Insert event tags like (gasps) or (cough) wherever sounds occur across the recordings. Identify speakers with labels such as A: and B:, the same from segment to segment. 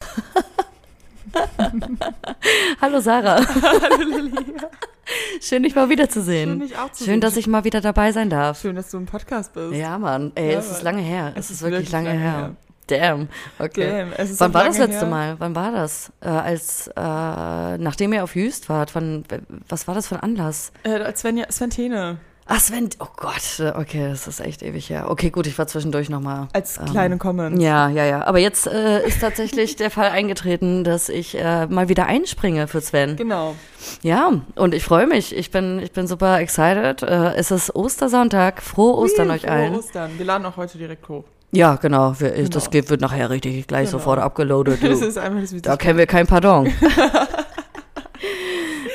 A: (laughs) Hallo Sarah.
B: Hallo Lilly.
A: Schön, dich mal wiederzusehen.
B: Schön, dich auch zu
A: Schön,
B: sehen.
A: dass ich mal wieder dabei sein darf.
B: Schön, dass du im Podcast bist.
A: Ja, Mann. Ey,
B: Ja,
A: es ist
B: Mann.
A: lange her. Es, ist, wirklich lange, her. Damn. Okay.
B: Damn, es ist
A: Wann
B: so
A: war
B: lange
A: das letzte
B: her.
A: Mal? Wann war das? Äh, als äh, nachdem ihr auf Jüst wart, wann, was war das für ein Anlass?
B: Äh, Svenja, Sventene.
A: Ach Sven, oh Gott, äh, okay, das ist echt ewig her. Okay, gut, ich war zwischendurch nochmal.
B: Als kleine Comments.
A: Ah. Ja, ja, ja. Aber jetzt äh, ist tatsächlich der Fall eingetreten, dass ich äh, mal wieder einspringe für Sven.
B: Genau.
A: Ja, und ich freue mich. Ich bin, ich bin super excited. Äh, es ist Ostersonntag. Frohe Ostern euch
B: Frohe
A: allen.
B: Ostern. Wir laden auch heute direkt hoch.
A: ja, genau. Wir, Das
B: Genau.
A: geht, wird nachher richtig gleich
B: Genau.
A: sofort abgeloadet.
B: (laughs)
A: (laughs)
B: Das
A: Du.
B: ist einfach das
A: Da
B: Witzige.
A: kennen wir kein
B: (laughs)
A: Pardon.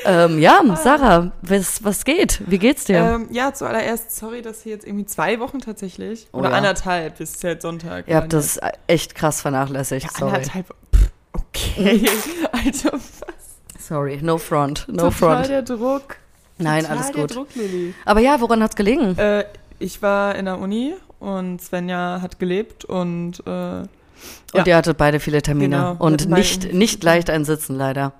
A: ähm, ja, Sarah, was, was geht? Wie geht's dir?
B: Ah. Ähm, ja, zuallererst, sorry, dass hier jetzt irgendwie zwei Wochen tatsächlich.
A: Oh
B: oder
A: ja.
B: anderthalb, bis jetzt Sonntag.
A: Ihr habt
B: waren
A: das echt krass vernachlässigt.
B: jetzt- Ja,
A: Sorry.
B: anderthalb. Pff,
A: (laughs)
B: okay. (laughs) Alter,
A: Sorry. No front. No
B: total
A: front.
B: der Druck.
A: Nein,
B: total
A: alles
B: der
A: gut.
B: Druck, Lilly.
A: Aber ja, woran hat's gelegen?
B: Äh, ich war in der Uni und Svenja hat gelebt und äh, (laughs) ja,
A: Und
B: ja.
A: ihr hattet beide viele Termine.
B: Genau,
A: und
B: hatten beide-
A: nicht, nicht leicht ein Sitzen, leider.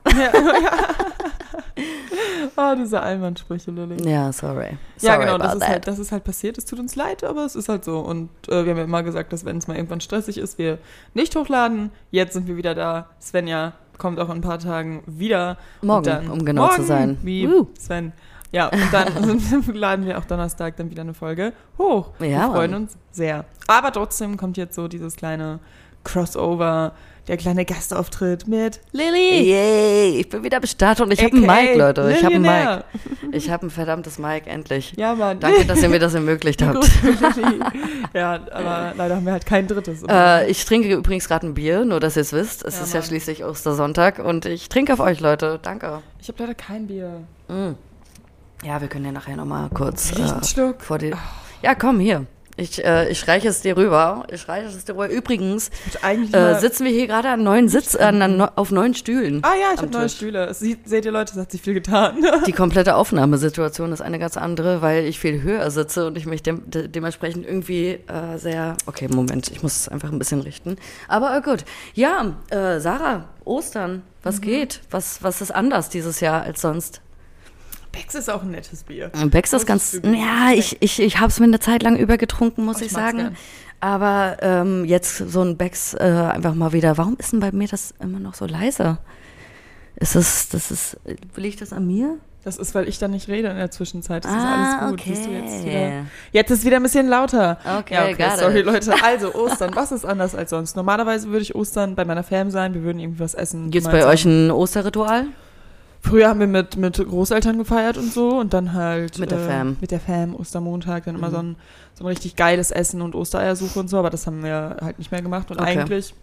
B: ah, diese Allmannsprüche, Lilly.
A: Ja, sorry. sorry
B: Mhm. Ja, genau, das
A: about
B: ist,
A: that.
B: halt, das ist halt passiert. Es tut uns leid, aber es ist halt so. Und äh, wir haben ja immer gesagt, dass wenn es mal irgendwann stressig ist, wir nicht hochladen. Jetzt sind wir wieder da. Svenja kommt auch in ein paar Tagen wieder. Und
A: Morgen, um genau zu sein. Uh,
B: Wie
A: Woo.
B: Sven. Ja, und dann (laughs) sind- laden wir auch Donnerstag dann wieder eine Folge hoch.
A: Ja,
B: wir freuen
A: Mann.
B: uns sehr. Aber trotzdem kommt jetzt so dieses kleine Crossover, der kleine Gastauftritt mit Lilly.
A: Yay, ich bin wieder am Start und ich habe ein
B: AKA,
A: Mic, Leute. Ich habe ein Mic.
B: Millionär.
A: Ich habe ein verdammtes Mic, endlich.
B: Ja, Mann.
A: Danke, dass ihr mir das
B: (laughs)
A: ermöglicht habt.
B: Lilly. ja, aber leider haben wir halt kein drittes.
A: Äh, ich trinke übrigens gerade ein Bier, nur dass ihr es wisst. Es
B: Ja,
A: ist ja
B: Mann.
A: schließlich Ostersonntag und ich trinke auf euch, Leute. Danke.
B: ich habe leider kein Bier.
A: Mm. Ja, wir können ja nachher nochmal kurz
B: Echt
A: äh,
B: einen Schluck?
A: vor die. Ja, komm hier. Ich, äh, ich reiche es dir rüber. Ich reiche es dir rüber. Übrigens
B: Und eigentlich
A: äh,
B: mal-
A: sitzen wir hier gerade an neuen Sitz, an, an, neu- auf neuen Stühlen.
B: ah ja, ich
A: am
B: habe neue
A: Tisch.
B: Stühle. Es sieht, seht ihr Leute, es hat sich viel getan. (laughs)
A: Die komplette Aufnahmesituation ist eine ganz andere, weil ich viel höher sitze und ich mich dem, de dementsprechend irgendwie äh, sehr. Okay, Moment, ich muss es einfach ein bisschen richten. Aber äh, gut. Ja, äh, Sarah, Ostern,
B: Mhm.
A: was geht? Was, was ist anders dieses Jahr als sonst?
B: Bex ist auch ein nettes Bier.
A: Becks ist
B: ich
A: ganz.
B: zugeben.
A: Ja, ich, ich, ich habe es mir eine Zeit lang übergetrunken, muss
B: Oh, ich
A: ich
B: mag's
A: sagen.
B: gern.
A: Aber ähm, jetzt so ein Becks äh, einfach mal wieder. Warum ist denn bei mir das immer noch so leise? Ist es, das ist, liegt das an mir?
B: Das ist, weil ich da nicht rede in der Zwischenzeit. Das ist
A: Ah,
B: alles gut.
A: okay.
B: Siehst du jetzt, wieder, jetzt ist wieder ein bisschen lauter.
A: Okay,
B: ja, okay
A: got
B: sorry
A: it.
B: Leute. Also Ostern, was ist anders als sonst? Normalerweise würde ich Ostern bei meiner Fam sein, wir würden irgendwie was essen.
A: Gibt's bei
B: gemeinsam.
A: euch ein Osterritual?
B: Früher haben wir mit, mit Großeltern gefeiert und so und dann halt
A: Mit der Fam. Mhm.
B: mit der Fam Ostermontag dann immer so, ein, so ein richtig geiles Essen und Ostereiersuche und so, aber das haben wir halt nicht mehr gemacht und
A: Okay.
B: eigentlich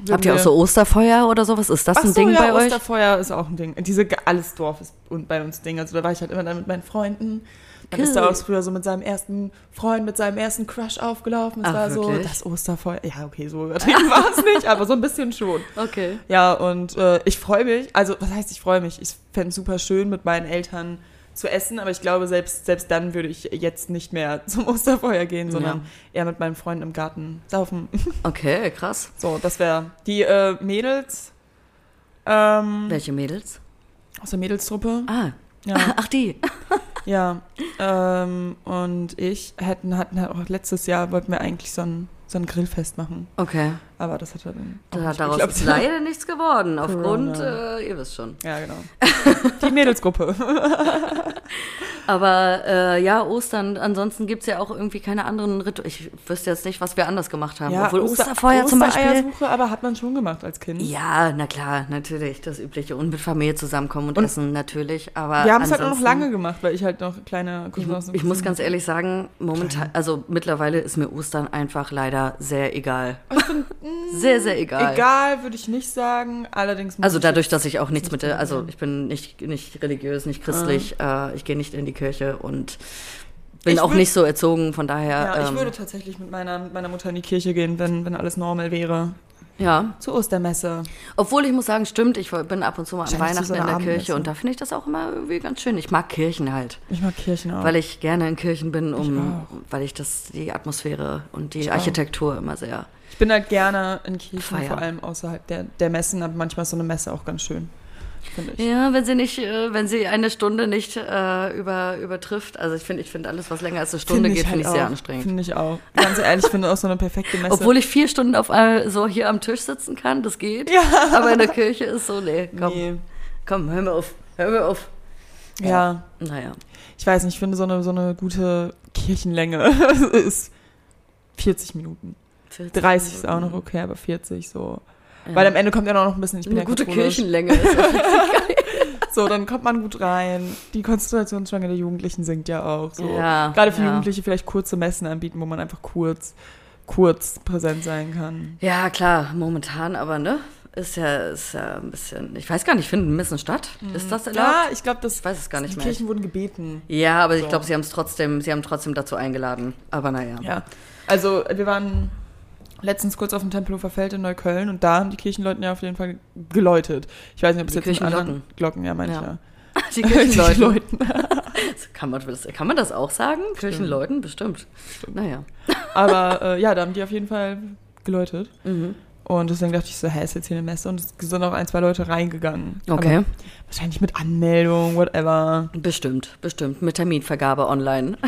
B: würden
A: Habt ihr auch
B: wir-
A: so Osterfeuer oder sowas? Ist das
B: Ach
A: ein
B: so,
A: Ding
B: ja,
A: bei euch?
B: Osterfeuer ist auch ein Ding. Diese ge- alles Dorf ist un- bei uns Ding. Also da war ich halt immer dann mit meinen Freunden. Dann ist
A: Cool.
B: er auch früher so mit seinem ersten Freund, mit seinem ersten Crush aufgelaufen. Es
A: Ach,
B: war so
A: wirklich?
B: das Osterfeuer. Ja, okay, so übertrieben (laughs) war es nicht, aber so ein bisschen schon.
A: Okay.
B: Ja, und äh, ich freue mich, also was heißt ich freue mich? Ich fände es super schön, mit meinen Eltern zu essen, aber ich glaube, selbst, selbst dann würde ich jetzt nicht mehr (laughs) zum Osterfeuer gehen, sondern eher mit meinen Freunden im Garten saufen.
A: Okay, krass.
B: So, das wäre die äh, Mädels ähm,
A: Welche Mädels?
B: aus der Mädelstruppe.
A: Ah,
B: Mhm.
A: (laughs)
B: Ja,
A: ach die.
B: ja. Ähm, und ich hätten, hatten halt auch letztes Jahr, wollten wir eigentlich so ein, so ein Grillfest machen,
A: Okay.
B: aber das hat dann auch
A: Da,
B: nicht
A: daraus
B: geklappt.
A: ist leider nichts geworden. Aufgrund,
B: Corona.
A: äh, ihr wisst schon.
B: (laughs) Ja, genau. Die Mädelsgruppe.
A: (laughs) Aber äh, ja, Ostern, ansonsten gibt's ja auch irgendwie keine anderen Rituale. Ich wüsste jetzt nicht, was wir anders gemacht haben. Obwohl
B: Oster-
A: Osterfeuer zum Beispiel.
B: Ostereiersuche, aber hat man schon gemacht als Kind.
A: Ja, na klar, natürlich. Das übliche und mit Familie zusammenkommen und,
B: Und-
A: essen, natürlich. Aber
B: Wir haben es halt auch noch
A: ansonsten-
B: lange gemacht, weil ich halt noch kleine
A: Ich,
B: Cousins und
A: ich muss
B: Cousinen-
A: ganz ehrlich sagen, momentan, also mittlerweile ist mir Ostern einfach leider sehr egal.
B: Oh,
A: (laughs) sehr, sehr egal.
B: mm, Egal, würde ich nicht sagen. Allerdings muss
A: Also
B: ich
A: dadurch, dass ich auch nichts mit der, also ich bin nicht, nicht religiös, nicht christlich, äh, ich gehe nicht in die Kirche und bin
B: Ah. Ich
A: auch
B: würd-
A: nicht so erzogen, von daher.
B: Ja, ich
A: ähm,
B: würde tatsächlich mit meiner, mit meiner Mutter in die Kirche gehen, wenn, wenn alles normal wäre.
A: ja.
B: Zur Ostermesse.
A: Obwohl ich muss sagen, stimmt, ich bin ab und zu mal an
B: Wahrscheinlich zu
A: Weihnachten
B: so
A: in
B: einer
A: der Kirche
B: Abendmesse.
A: und da finde ich das auch immer irgendwie ganz schön. Ich mag Kirchen halt,
B: Ich mag Kirchen auch.
A: weil ich gerne in Kirchen bin, um,
B: auch.
A: weil ich das, die Atmosphäre und die
B: Ich auch.
A: Architektur immer sehr.
B: ich, Ich bin halt gerne in Kirchen,
A: Feier.
B: vor allem außerhalb der, der Messen, aber manchmal ist so eine Messe auch ganz schön, finde ich.
A: Ja, wenn sie nicht, äh, wenn sie eine Stunde nicht äh, über, übertrifft. Also ich finde, ich finde alles, was länger als eine Stunde geht, finde ich sehr
B: halt auch.
A: anstrengend.
B: Finde ich auch. Ganz ehrlich, ich finde auch so eine perfekte Messe.
A: Obwohl ich vier Stunden auf einmal so hier am Tisch sitzen kann, das geht.
B: (laughs) Ja.
A: Aber in der Kirche ist so, nee, komm,
B: Nee.
A: komm, hör mir auf, hör mir auf.
B: ja.
A: Naja.
B: Ich weiß nicht, ich finde so eine, so eine gute Kirchenlänge (laughs) ist 40 Minuten. 30 ist auch
A: Mhm.
B: noch okay, aber 40 so. Weil am Ende kommt ja noch ein bisschen, ich bin
A: eine
B: ja
A: gute (laughs)
B: katholisch.
A: Kirchenlänge ist. auch-
B: (laughs) So, dann kommt man gut rein. Die Konzentrationsschwange der Jugendlichen sinkt (laughs) ja auch. So.
A: Ja,
B: Gerade für
A: ja.
B: Jugendliche vielleicht kurze Messen anbieten, wo man einfach kurz, kurz präsent sein kann.
A: Ja, klar, momentan, aber ne? Ist ja, ist ja ein bisschen. Ich weiß gar nicht, finden Messen statt? Ist das erlaubt?
B: Hm. Ja, ich glaube, das
A: Ich weiß es gar nicht
B: die
A: mehr.
B: Kirchen wurden gebeten.
A: Ja, aber ich
B: So.
A: glaube, sie haben es trotzdem, sie haben trotzdem dazu eingeladen. Aber naja.
B: Ja. Also, wir waren letztens kurz auf dem Tempelhofer Feld in Neukölln und da haben die Kirchenleuten ja auf jeden Fall geläutet. Ich weiß nicht, ob es
A: Die
B: jetzt mit anderen
A: Kirchenglocken.
B: Glocken, ja,
A: Ja.
B: manchmal.
A: (laughs) Die
B: Ja. (laughs)
A: Kirchenleuten.
B: Kirchenleuten.
A: kann, man das, kann man das auch sagen? Kirchenleuten? Bestimmt. Naja.
B: Aber äh, ja, da haben die auf jeden Fall geläutet.
A: Mhm.
B: Und deswegen dachte ich so, hä, ist jetzt hier eine Messe? Und es sind auch ein, zwei Leute reingegangen.
A: Okay.
B: Aber wahrscheinlich mit Anmeldung, whatever.
A: Bestimmt, bestimmt. Mit Terminvergabe
B: (laughs)
A: online.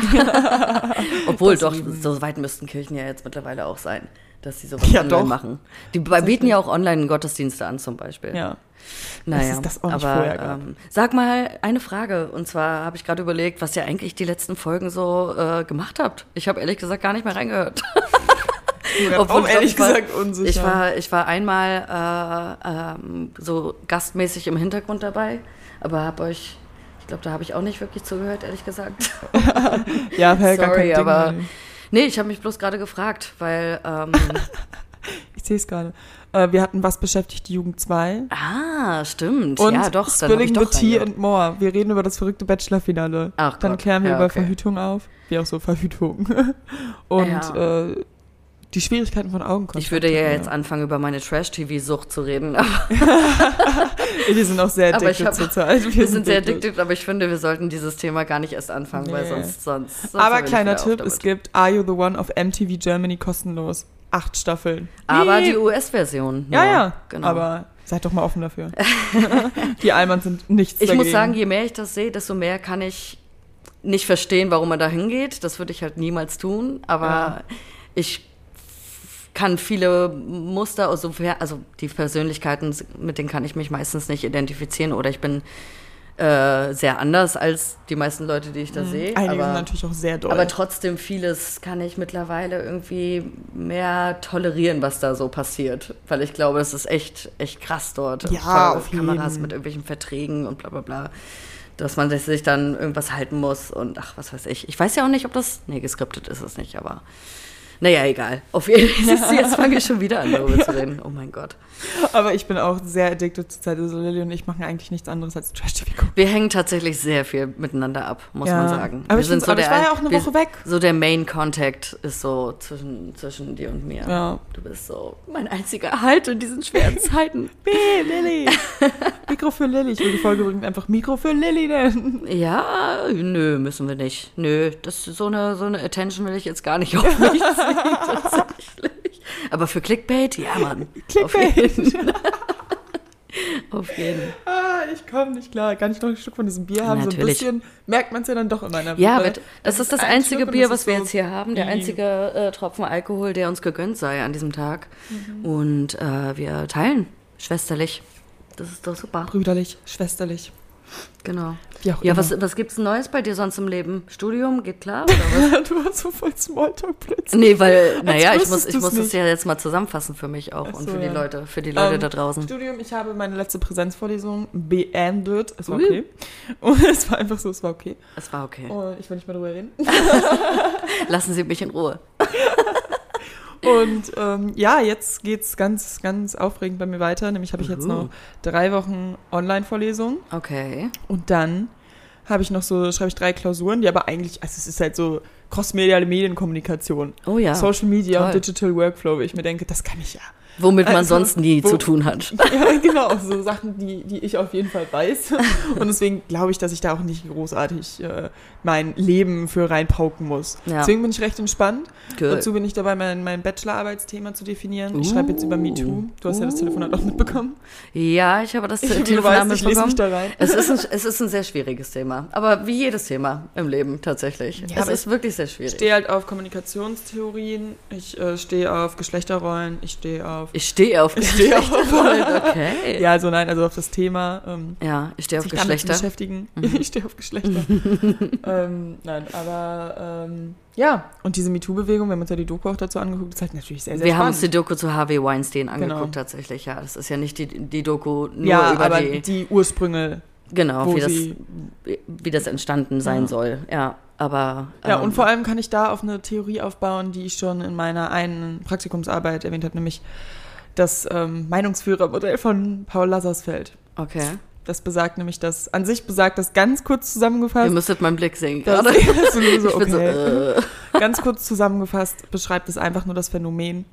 A: Obwohl, doch, so weit müssten Kirchen ja jetzt mittlerweile auch sein, dass sie sowas
B: Ja,
A: online
B: doch.
A: machen. Die bieten ja auch online Gottesdienste an, zum Beispiel.
B: Ja.
A: Naja,
B: Dass es das auch nicht
A: aber
B: vorher gab.
A: Ähm, sag mal eine Frage. Und zwar habe ich gerade überlegt, was ihr eigentlich die letzten Folgen so äh, gemacht habt. Ich habe ehrlich gesagt gar nicht mehr reingehört.
B: Obwohl,
A: ich
B: auch
A: glaub,
B: ehrlich
A: ich war-
B: gesagt unsicher.
A: Ich war, ich war einmal äh, ähm, so gastmäßig im Hintergrund dabei, aber habe euch, ich glaube, da habe ich auch nicht wirklich zugehört, ehrlich gesagt. (laughs)
B: ja, hä, gar kein
A: Sorry,
B: Ding,
A: aber
B: ey.
A: nee, ich habe mich bloß gerade gefragt, weil
B: (laughs)
A: ähm,
B: Ich sehe es gerade. Äh, wir hatten Was beschäftigt die Jugend 2?
A: ah, stimmt,
B: Und
A: ja doch, dann habe ich
B: Spilling
A: doch
B: the Tea
A: reingehört.
B: and More. Wir reden über das verrückte Bachelor-Finale.
A: Ach
B: Dann
A: Gott,
B: klären wir
A: ja,
B: über
A: okay.
B: Verhütung auf. Wie auch so Verhütung. (laughs) Und
A: Ja.
B: äh, die Schwierigkeiten von Augenkontakt.
A: Ich würde ja jetzt anfangen, über meine Trash-TV-Sucht zu reden, (laughs) aber
B: (laughs) Wir sind auch sehr
A: Aber ich
B: addicted
A: hab-
B: zur Zeit.
A: wir sind sehr addicted, aber ich finde, wir sollten dieses Thema gar nicht erst anfangen, weil
B: Nee.
A: sonst, sonst, sonst
B: Aber
A: hören wir
B: kleiner
A: nicht wieder auf
B: Tipp, es
A: damit.
B: gibt Are You The One auf MTV Germany kostenlos. Acht Staffeln.
A: Aber
B: Nee.
A: die US-Version.
B: Ja,
A: nur.
B: ja.
A: Genau.
B: Aber seid doch mal offen dafür. (laughs) die Almans sind nichts
A: Ich
B: dagegen.
A: muss sagen, je mehr ich das sehe, desto mehr kann ich nicht verstehen, warum man da hingeht. Das würde ich halt niemals tun. Aber
B: Ja.
A: ich kann viele Muster, also, wer- also die Persönlichkeiten, mit denen kann ich mich meistens nicht identifizieren oder ich bin äh, sehr anders als die meisten Leute, die ich da sehe.
B: Mhm. Einige sind
A: Aber,
B: natürlich auch sehr doll.
A: aber
B: (laughs)
A: trotzdem vieles kann ich mittlerweile irgendwie mehr tolerieren, was da so passiert. Weil ich glaube, es ist echt, echt krass dort.
B: Ja,
A: Voll
B: auf
A: Kameras
B: jeden.
A: mit irgendwelchen Verträgen und bla bla bla. Dass man sich- sich dann irgendwas halten muss und ach, was weiß ich. Ich weiß ja auch nicht, ob das. Nee, geskriptet ist es nicht, aber. Naja, egal. Auf jeden Fall. (laughs) Jetzt fange ich schon wieder an, darüber zu reden. Oh mein Gott.
B: Aber ich bin auch sehr addicted zur Zeit. Also Lilly und ich machen eigentlich nichts anderes als Trash-TV gucken.
A: Wir hängen tatsächlich sehr viel miteinander ab, muss
B: Ja.
A: man sagen.
B: Aber
A: wir
B: ich find's- aber ich war ja auch eine
A: wir-
B: Woche weg.
A: So der Main Contact ist so zwischen, zwischen dir und mir.
B: Ja.
A: Du bist so mein einziger Halt in diesen (laughs) schweren Zeiten.
B: B,
A: (laughs)
B: Lilly. Mikro für Lilly. Ich will die Folge übrigens einfach Mikro für Lilly nennen.
A: ja, nö, müssen wir nicht. Nö, das so eine so eine Attention will ich jetzt gar nicht (laughs) auf mich ziehen, tatsächlich. Aber für Clickbait, ja Mann. Auf
B: Clickbait.
A: jeden. auf jeden.
B: Ah, (laughs) ich komme nicht klar. Kann ich noch ein Stück von diesem Bier haben?
A: Natürlich.
B: So ein bisschen merkt man es ja dann doch immer. Ne?
A: Ja,
B: Weil
A: aber d- das ist das
B: ein
A: einzige
B: Schluck und
A: Bier,
B: es
A: was
B: ist
A: wir
B: so
A: jetzt hier haben, der
B: die-
A: einzige äh, Tropfen Alkohol, der uns gegönnt sei an diesem Tag. Und äh, wir teilen schwesterlich. Das ist doch super.
B: Brüderlich, schwesterlich,
A: Genau.
B: wie auch
A: Ja,
B: immer.
A: was, was gibt's Neues bei dir sonst im Leben? Studium, geht klar? Oder was?
B: (laughs) du warst so voll Smalltalk plötzlich.
A: nee,
B: (laughs)
A: weil, naja, ich muss,
B: wüsstest
A: ich
B: du's
A: muss das
B: nicht.
A: ja jetzt mal zusammenfassen für mich auch
B: Ach
A: und
B: so,
A: für die
B: ja.
A: Leute, für die Leute
B: Ähm,
A: da draußen.
B: Studium, ich habe meine letzte Präsenzvorlesung beendet. Es war
A: Ui.
B: okay. (laughs) Und es war einfach so, es war okay.
A: Es war okay.
B: Und ich will nicht mehr drüber reden.
A: Lassen Sie mich in Ruhe.
B: Und ähm, ja, jetzt geht's ganz, ganz aufregend bei mir weiter. Nämlich habe ich jetzt
A: Uhu.
B: noch drei Wochen Online-Vorlesung
A: Okay.
B: und dann habe ich noch so, schreibe ich drei Klausuren, die aber eigentlich, also es ist halt so crossmediale Medienkommunikation.
A: Oh ja.
B: Social Media
A: toll.
B: und Digital Workflow, wo ich mir denke, das kann ich ja.
A: Womit man
B: Also,
A: sonst nie
B: wo-
A: zu tun hat.
B: (laughs) Ja, genau, so Sachen, die, die ich auf jeden Fall weiß. Und deswegen glaube ich, dass ich da auch nicht großartig äh, mein Leben für reinpauken muss.
A: Ja. Äh.
B: Deswegen bin ich recht entspannt.
A: Good.
B: Dazu bin ich dabei, mein, mein Bachelorarbeitsthema zu definieren. Ich schreibe jetzt über
A: Uh.
B: MeToo. Du hast ja das Telefonat auch mitbekommen.
A: Ja, ich habe das
B: Ich, du
A: Telefonat
B: weißt, ich
A: mitbekommen.
B: lese mich da rein.
A: Es ist, ein, es ist ein sehr schwieriges Thema. Aber wie jedes Thema im Leben tatsächlich.
B: Ja,
A: es
B: aber
A: ist wirklich sehr
B: Ich
A: schwierig.
B: stehe halt auf Kommunikationstheorien, ich äh, stehe auf Geschlechterrollen, ich stehe auf.
A: ich stehe auf
B: Ich stehe auf-
A: Geschlechterrollen, (laughs) Okay. Ja,
B: Ja, also nein, also auf das Thema. Ähm,
A: ich stehe auf
B: sich damit zu
A: Geschlechter. Mhm.
B: beschäftigen. (laughs) Ich stehe
A: (laughs)
B: auf Geschlechter. ähm, nein, aber ähm, ja. Und diese MeToo-Bewegung, wir haben uns ja die Doku auch dazu angeguckt, ist halt natürlich sehr, sehr
A: Wir
B: spannend.
A: haben uns die Doku zu Harvey Weinstein angeguckt
B: Genau.
A: tatsächlich. Ja, das ist ja nicht die, die Doku nur
B: ja,
A: über
B: aber
A: die,
B: Ursprünge,
A: genau,
B: wo
A: wie das,
B: sie...
A: wie das entstanden sein
B: Ja.
A: soll. Ja, aber
B: Ja,
A: ähm,
B: und vor allem kann ich da auf eine Theorie aufbauen, die ich schon in meiner einen Praktikumsarbeit erwähnt habe, nämlich das ähm, Meinungsführermodell von Paul Lazarsfeld.
A: okay.
B: Das besagt nämlich, dass, an sich besagt das ganz kurz
A: Ihr
B: zusammengefasst,
A: müsstet meinen Blick sehen
B: dass, (laughs)
A: gerade.
B: so,
A: (laughs) Ich
B: so,
A: bin so,
B: okay.
A: äh,
B: Ganz kurz zusammengefasst beschreibt es einfach nur das Phänomen,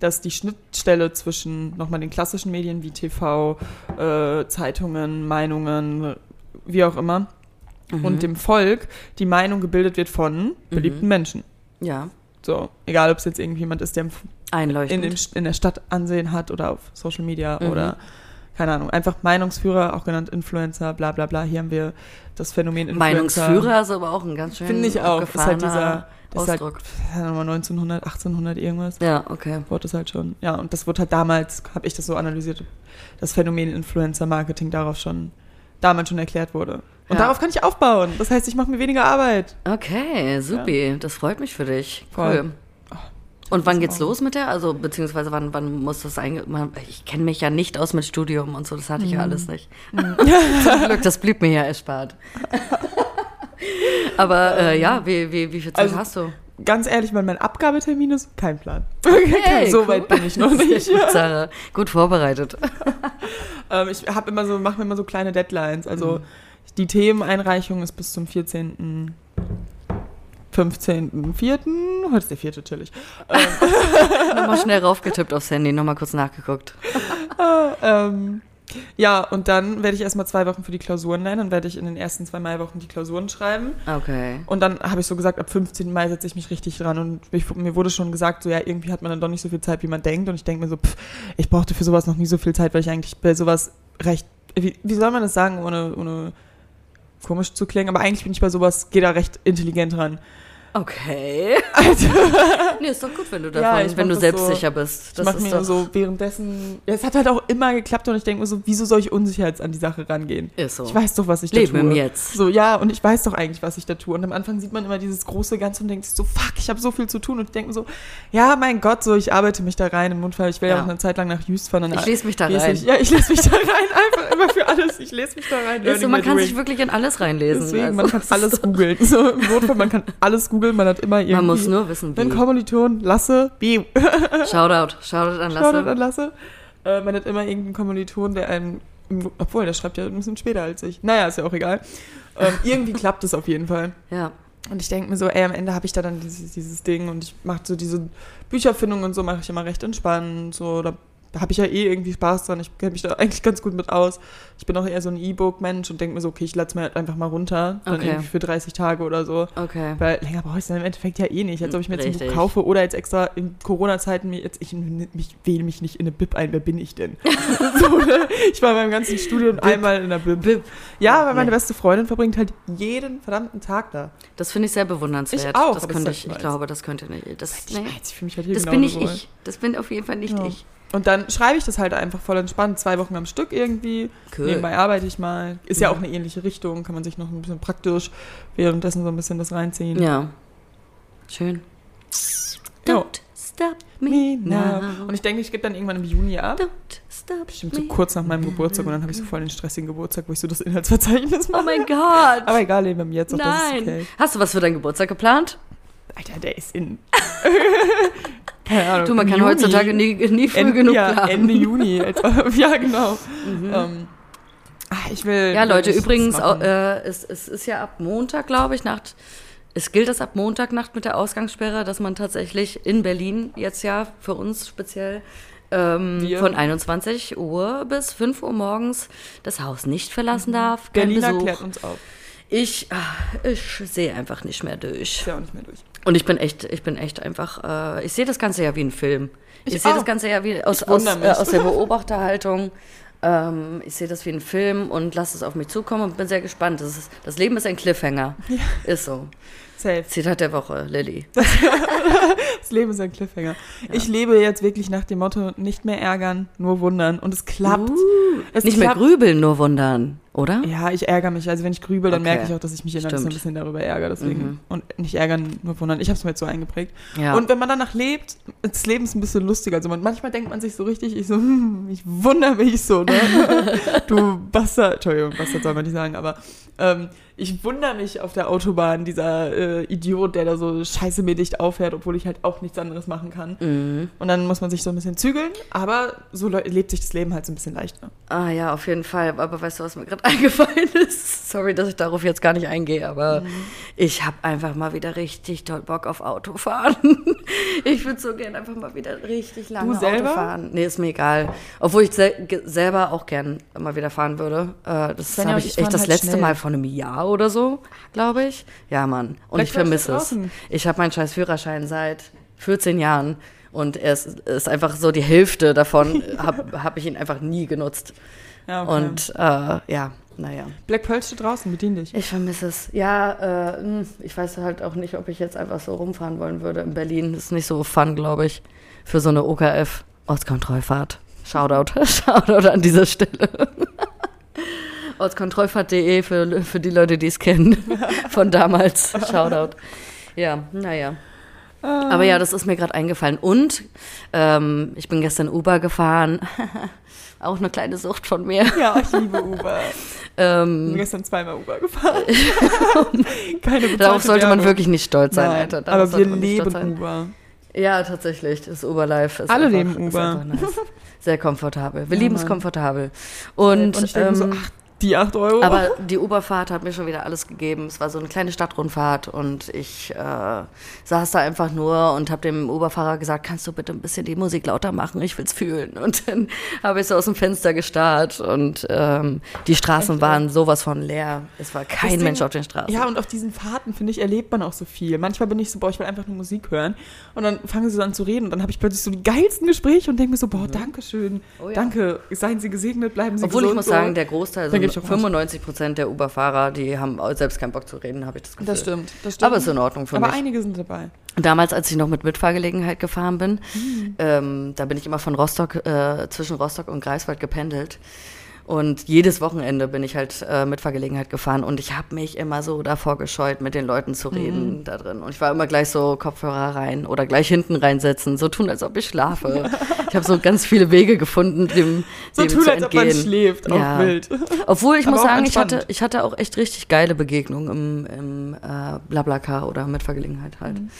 B: dass die Schnittstelle zwischen nochmal den klassischen Medien wie TV, äh, Zeitungen, Meinungen, wie auch immer,
A: äh. Mhm.
B: und dem Volk die Meinung gebildet wird von beliebten Menschen.
A: ja,
B: So, egal ob es jetzt irgendjemand ist, der im F- in,
A: einleuchtend.
B: dem, St- in der Stadt Ansehen hat oder auf Social Media
A: Mhm.
B: oder keine Ahnung, einfach Meinungsführer, auch genannt Influencer, bla bla bla. Hier haben wir das Phänomen Influencer.
A: Meinungsführer ist aber auch ein ganz schön
B: Finde ich auch. Ist halt
A: abgefahrener
B: dieser- ist halt-
A: Ausdruck.
B: Nochmal 1900, 1800 irgendwas.
A: ja, okay.
B: Wort ist halt schon. Ja, und das wurde halt damals, habe ich das so analysiert, das Phänomen Influencer-Marketing darauf schon, damals schon erklärt wurde. Und
A: Ja.
B: darauf kann ich aufbauen. Das heißt, ich mache mir weniger Arbeit.
A: Okay, supi. Das freut mich für dich.
B: Voll. Oh,
A: Cool. Und wann
B: das
A: geht's
B: auch.
A: los mit der? Also, beziehungsweise wann, wann muss das einge... man- Ich kenne mich ja nicht aus mit Studium und so, das hatte ich ja
B: Mhm.
A: alles nicht. (laughs)
B: (laughs)
A: Zum Glück, das blieb mir ja erspart. (laughs) Aber äh, ja, wie, wie, wie viel Zeit
B: Also-
A: hast
B: (laughs)
A: du?
B: Ganz ehrlich, weil mein Abgabetermin ist, kein Plan. Kein- so
A: cool.
B: weit bin ich noch nicht.
A: (laughs) Sehr gut, Sarah. Gut
B: (laughs)
A: vorbereitet.
B: ähm, ich habe immer so, mache mir immer so kleine Deadlines. Also
A: Mhm.
B: die Themeneinreichung ist bis zum 14. 15.04. Heute ist der vierte, chillig.
A: Nochmal schnell raufgetippt aufs Handy, nochmal kurz nachgeguckt.
B: (laughs) ähm, ja, und dann werde ich erstmal zwei Wochen für die Klausuren lernen. Dann werde ich in den ersten zwei Maiwochen die Klausuren schreiben.
A: Okay.
B: Und dann habe ich so gesagt, ab 15. Mai setze ich mich richtig dran. Und ich, mir wurde schon gesagt, so ja, irgendwie hat man dann doch nicht so viel Zeit, wie man denkt. Und ich denke mir so, pff, ich brauchte für sowas noch nie so viel Zeit, weil ich eigentlich bei sowas recht. Wie, wie soll man das sagen, ohne, ohne komisch zu klingen? Aber eigentlich bin ich bei sowas, gehe da recht intelligent ran. (laughs)
A: Okay.
B: Also,
A: (laughs) Nee, ist doch gut, wenn du
B: Ja,
A: davon,
B: ich
A: wenn du
B: mach das so.
A: selbstsicher bist.
B: ich
A: Das
B: mache
A: ist
B: mir
A: doch,
B: so währenddessen. Ja, es hat halt auch immer geklappt und ich denke mir so, wieso soll ich unsicher jetzt an die Sache rangehen?
A: ist so.
B: Ich weiß doch, was ich da
A: Leben
B: tue.
A: im Jetzt.
B: So, ja, und ich weiß doch eigentlich, was ich da tue. Und am Anfang sieht man immer dieses große Ganze und denkt sich so, fuck, ich habe so viel zu tun. Und ich denke mir so, ja, mein Gott, so, ich arbeite mich da rein. Im Notfall, ich will ja,
A: Ja.
B: auch eine Zeit lang nach Houston fahren. dann
A: Ich lese mich da
B: lese
A: rein.
B: Ich, ja, ich lese mich da rein, einfach immer für alles. Ich lese mich da rein.
A: Ist so,
B: learning
A: man
B: by
A: kann
B: doing.
A: sich wirklich in alles reinlesen.
B: Deswegen,
A: also,
B: man
A: (laughs)
B: kann
A: das ist
B: alles
A: so-
B: googeln. So, Im Notfall, man kann alles googeln, man hat immer irgendwie...
A: Man muss nur wissen,
B: Wenn
A: wie.
B: Kommilitonen, Lasse, B.
A: Shoutout. Shoutout an
B: Shoutout
A: Lasse.
B: an Lasse. Äh, man hat immer irgendeinen Kommiliton, der einen. im- Obwohl, der schreibt ja ein bisschen später als ich. Naja, ist ja auch egal.
A: (laughs)
B: Ähm, irgendwie klappt es auf jeden Fall.
A: Ja.
B: Und ich denke mir so, ey, am Ende habe ich da dann dieses, dieses Ding und ich mache so diese Bücherfindung und so, mache ich immer recht entspannt. So, da habe ich ja eh irgendwie Spaß dran. Ich kenne mich da eigentlich ganz gut mit aus. Ich bin auch eher so ein E-Book-Mensch und denke mir so, okay, ich lade es mir halt einfach mal runter. Dann
A: Okay.
B: irgendwie für 30 Tage oder so.
A: Okay.
B: Weil länger brauche ich es dann im Endeffekt ja eh nicht. Als ob ich mir jetzt ein
A: Richtig.
B: Buch kaufe oder jetzt extra in Corona-Zeiten mir jetzt, ich mich, wähle mich nicht in eine Bib ein, wer bin
A: (laughs)
B: ich denn? so, ne? Ich war beim ganzen Studium einmal in der Bib.
A: Bib.
B: Ja, weil meine
A: Nee.
B: beste Freundin verbringt halt jeden verdammten Tag da.
A: Das finde ich sehr bewundernswert.
B: Ich auch,
A: Das
B: aber
A: könnte
B: das
A: ich,
B: sag ich
A: ich
B: mal.
A: glaube, das könnte nicht. Das,
B: Ich
A: nee,
B: weiß, ich fühle mich halt hier
A: das
B: genau
A: bin nicht
B: so wohl.
A: ich. Das bin auf jeden Fall nicht
B: Ja.
A: ich.
B: Und dann schreibe ich das halt einfach voll entspannt, zwei Wochen am Stück irgendwie.
A: Cool.
B: Nebenbei arbeite ich mal. Ist ja
A: Mhm.
B: auch eine ähnliche Richtung, kann man sich noch ein bisschen praktisch währenddessen so ein bisschen das reinziehen.
A: Ja. Schön.
B: Jo.
A: Don't stop
B: Me
A: me
B: now.
A: now.
B: Und ich denke, ich gebe dann irgendwann im Juni ab.
A: Don't stop
B: Bestimmt so
A: me.
B: kurz nach meinem Geburtstag und dann habe ich so voll den stressigen Geburtstag, wo ich so das Inhaltsverzeichnis
A: Oh
B: mache.
A: mein Gott.
B: Aber egal, leben wir im Jetzt, auch das ist
A: Nein.
B: okay.
A: Hast du was für deinen Geburtstag geplant?
B: Alter, der
A: (laughs)
B: ist in. Keine Ahnung.
A: Du, man
B: im
A: kann
B: Äh, Juni.
A: heutzutage nie, nie früh
B: End-
A: genug
B: ja,
A: planen. Mhm.
B: Ende Juni. Als,
A: (laughs)
B: (laughs) ja, genau. Ähm, ah, ich will.
A: Ja, Leute,
B: wirklich was
A: übrigens, au-
B: machen.
A: äh, es, es ist ja ab Montag, glaube ich, Nacht. Es gilt das ab Montagnacht mit der Ausgangssperre, dass man tatsächlich in Berlin jetzt ja für uns speziell ähm,
B: Wir-
A: von 21 Uhr bis 5 Uhr morgens das Haus nicht verlassen darf. Kein
B: Mhm. Berliner
A: Besuch.
B: klärt uns auf.
A: Ich, ah, ich sehe einfach nicht mehr durch.
B: Ist ja auch nicht mehr durch.
A: Und ich bin echt, ich bin echt einfach, äh, ich sehe das Ganze ja wie ein Film. Ich,
B: Ich
A: sehe das
B: auch.
A: Ganze ja wie aus,
B: Ich
A: aus,
B: wundere
A: äh,
B: mich. (laughs)
A: aus der Beobachterhaltung. Ähm, ich sehe das wie ein Film und lasse es auf mich zukommen und bin sehr gespannt. Das, ist, das Leben ist ein Cliffhanger. Ist so.
B: Safe.
A: Zitat der Woche, Lilly.
B: Das Leben ist ein Cliffhanger. Ich lebe jetzt wirklich nach dem Motto, nicht mehr ärgern, nur wundern. Und es klappt. es
A: Uh, Nicht mehr
B: klappt.
A: grübeln, nur wundern, oder?
B: Ja, ich ärgere mich. Also wenn ich grübel, dann
A: Okay.
B: merke ich auch, dass ich mich innerlich so ein
A: Stimmt. Mhm.
B: bisschen darüber ärgere. Deswegen. Und nicht ärgern, nur wundern. Ich habe es mir jetzt so eingeprägt.
A: Ja.
B: Und wenn man danach lebt, das Leben ist ein bisschen lustiger. Also man, manchmal denkt man sich so richtig, ich so, hm, ich wundere mich
A: (laughs)
B: so, ne? du Bastard. Entschuldigung, Bastard soll man nicht sagen, aber ähm, ich wundere mich auf der Autobahn, dieser äh, Idiot, der da so scheiße mir dicht auffährt, obwohl ich halt auch nichts anderes machen kann.
A: Mhm.
B: Und dann muss man sich so ein bisschen zügeln, aber so le- lebt sich das Leben halt so ein bisschen leichter.
A: Ah ja, auf jeden Fall. Aber weißt du, was mir gerade (laughs) eingefallen ist? Sorry, dass ich darauf jetzt gar nicht eingehe, aber
B: Mhm.
A: ich habe einfach mal wieder richtig toll Bock auf Autofahren. (laughs) Ich würde so gern einfach mal wieder richtig lange
B: selber?
A: Auto fahren. Nee, ist mir egal. Obwohl ich sel ge- selber auch gern mal wieder fahren würde. Äh, das
B: Svenja
A: habe
B: und
A: ich
B: ich
A: echt
B: fahren
A: das
B: halt
A: letzte
B: schnell.
A: Mal vor einem Jahr oder so, glaube ich. Ja, Mann. Und
B: Vielleicht
A: ich vermisse
B: bleibst
A: es.
B: du draußen.
A: Ich habe meinen scheiß Führerschein seit 14 Jahren. Und er ist, ist einfach so die Hälfte
B: (laughs)
A: davon, habe hab ich ihn einfach nie genutzt.
B: Ja,
A: Und äh, ja, naja.
B: Black Pearl steht draußen, bedien dich.
A: Ich vermisse es. Ja, äh, mh, ich weiß halt auch nicht, ob ich jetzt einfach so rumfahren wollen würde in Berlin. Ist nicht so fun, glaube ich, für so eine OKF. Ortskontrollfahrt. Shoutout. (laughs) Shoutout an dieser Stelle. (laughs) Ortskontrollfahrt.de für, für die Leute, die es kennen. (laughs) Von damals. Shoutout. Ja, naja.
B: Ah,
A: Aber ja, das ist mir gerade eingefallen. Und ähm, ich bin gestern Uber gefahren. (laughs) Auch eine kleine Sucht von mir.
B: Ja, ich liebe Uber. Ich
A: (laughs)
B: bin
A: Ähm,
B: gestern zweimal Uber
A: (laughs)
B: gefahren. Keine bezahlte
A: darauf sollte man
B: Werbung.
A: wirklich nicht stolz sein,
B: Nein,
A: Alter. Darauf
B: aber wir
A: sollte man nicht stolz
B: leben Uber.
A: sein. Ja, tatsächlich. Das Uber-Life ist
B: Alle
A: einfach,
B: leben
A: ist
B: Uber.
A: einfach nice. Sehr komfortabel. Wir
B: Ja,
A: lieben es
B: Mann.
A: komfortabel. Und,
B: Und ich denke
A: ähm,
B: so, ach, die 8 Euro.
A: aber die Uberfahrt hat mir schon wieder alles gegeben. Es war so eine kleine Stadtrundfahrt und ich äh, saß da einfach nur und habe dem Uberfahrer gesagt, kannst du bitte ein bisschen die Musik lauter machen? Ich will's fühlen. Und dann (laughs) habe ich so aus dem Fenster gestarrt und ähm, die Straßen waren sowas von leer. Es war kein
B: Deswegen-
A: Mensch auf den Straßen.
B: ja, und auf diesen Fahrten, finde ich, erlebt man auch so viel. Manchmal bin ich so, boah, ich will einfach nur Musik hören. Und dann fangen sie so an zu reden. Und dann habe ich plötzlich so die geilsten Gespräche und denke mir so, boah, danke schön.
A: Oh ja.
B: Danke. Seien Sie gesegnet, bleiben Sie
A: Obwohl ich
B: gesund.
A: muss
B: so.
A: sagen, der Großteil,
B: Da
A: also
B: geb ich auch recht.
A: 95 Prozent der Uber-Fahrer, die haben auch selbst keinen Bock zu reden, habe ich das Gefühl.
B: Das stimmt, das stimmt.
A: Aber ist in Ordnung für
B: Aber
A: mich.
B: einige sind dabei.
A: Damals, als ich noch mit Mitfahrgelegenheit gefahren bin,
B: Mhm.
A: ähm, da bin ich immer von Rostock, äh, zwischen Rostock und Greifswald gependelt. Und jedes Wochenende bin ich halt äh, mit Fahrgelegenheit gefahren und ich habe mich immer so davor gescheut, mit den Leuten zu reden
B: Mhm.
A: da drin. Und ich war immer gleich so Kopfhörer rein oder gleich hinten reinsetzen, so tun, als ob ich
B: (laughs)
A: schlafe. ich habe so ganz viele Wege gefunden, dem,
B: So
A: dem
B: tun,
A: zu
B: als ob man
A: entgehen.
B: schläft. Auch
A: Ja.
B: wild.
A: Obwohl, ich
B: Aber
A: muss
B: auch
A: sagen, ich hatte,
B: entspannt.
A: ich hatte auch echt richtig geile Begegnungen im, im äh, Blablacar oder mit Vergelegenheit halt.
B: Mhm.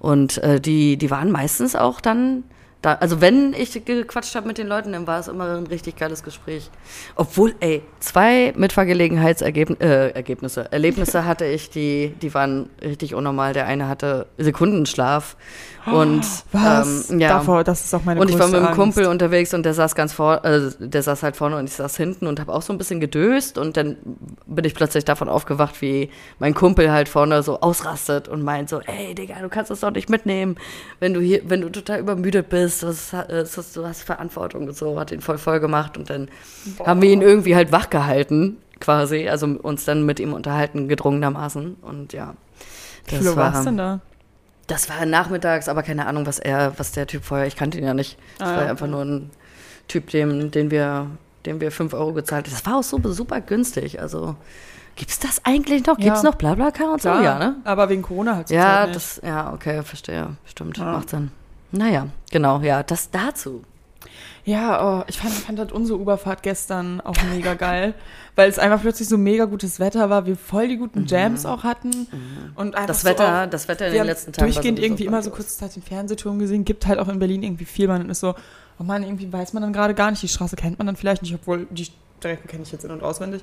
A: Und äh, die, die waren meistens auch dann da. Also wenn ich gequatscht habe mit den Leuten, dann war es immer ein richtig geiles Gespräch. Obwohl, ey, zwei Mitvergelegenheitsergebnisse, äh, Ergebnisse,
B: (laughs)
A: Erlebnisse hatte ich, die, die waren richtig unnormal. Der eine hatte Sekundenschlaf und
B: Ah, (gasps) Was?
A: ähm, ja.
B: Davor, das ist auch meine
A: Und ich war mit
B: größte
A: einem
B: Angst.
A: Kumpel unterwegs und der saß ganz vor, äh, der saß halt vorne und ich saß hinten und habe auch so ein bisschen gedöst und dann bin ich plötzlich davon aufgewacht, wie mein Kumpel halt vorne so ausrastet und meint so, ey Digga, du kannst das doch nicht mitnehmen, wenn du hier, wenn du total übermüdet bist, das, ha- äh, das, du hast Verantwortung und so, hat ihn voll voll gemacht und dann haben wir ihn irgendwie halt wach gehalten, quasi, also uns dann mit ihm unterhalten, gedrungenermaßen und ja.
B: Wie viel Uhr
A: war-
B: war's denn da?
A: das war nachmittags, aber keine Ahnung, was er, was der Typ vorher, ich kannte ihn ja nicht. Das
B: Ah,
A: war
B: ja.
A: einfach nur ein Typ, dem, den wir, dem wir 5 Euro gezahlt haben. Das war auch so super günstig. Also gibt's das eigentlich noch?
B: Ja.
A: Gibt's noch Blablacar und so?
B: Klar,
A: Ja, ne?
B: Aber wegen Corona halt zur
A: Ja,
B: Zeit nicht.
A: das, ja, okay, verstehe. Stimmt,
B: Ja.
A: macht Sinn. Naja, genau, ja, das dazu.
B: Ja, oh, ich fand, fand halt unsere Uberfahrt gestern auch mega geil, (laughs) weil es einfach plötzlich so mega gutes Wetter war, wir voll die guten Jams auch hatten und einfach
A: Mhm. Das
B: so
A: Wetter,
B: auch,
A: das Wetter in
B: wir
A: den
B: haben
A: letzten Tagen. war
B: durchgehend
A: sowieso
B: irgendwie immer so
A: grandios.
B: kurze Zeit den Fernsehturm gesehen, gibt halt auch in Berlin irgendwie viel, man ist so, oh man, irgendwie weiß man dann gerade gar nicht, die Straße kennt man dann vielleicht nicht, obwohl die Strecken kenne ich jetzt in- und auswendig.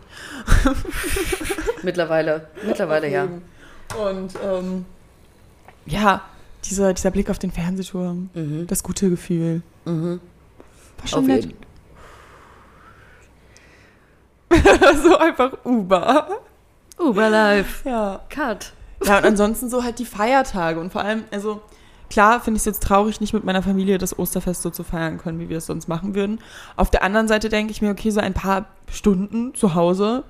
A: Mittlerweile,
B: (laughs)
A: mittlerweile, ja.
B: Und ähm, ja, dieser, dieser Blick auf den Fernsehturm,
A: Mhm,
B: das gute Gefühl.
A: mhm.
B: War schon
A: Auf
B: nett.
A: jeden.
B: (laughs) so einfach Uber.
A: Uber Live.
B: Ja.
A: Cut.
B: Ja, und ansonsten so halt die Feiertage. Und vor allem, also klar finde ich es jetzt traurig, nicht mit meiner Familie das Osterfest so zu feiern können, wie wir es sonst machen würden. Auf der anderen Seite denke ich mir, okay, so ein paar Stunden zu Hause,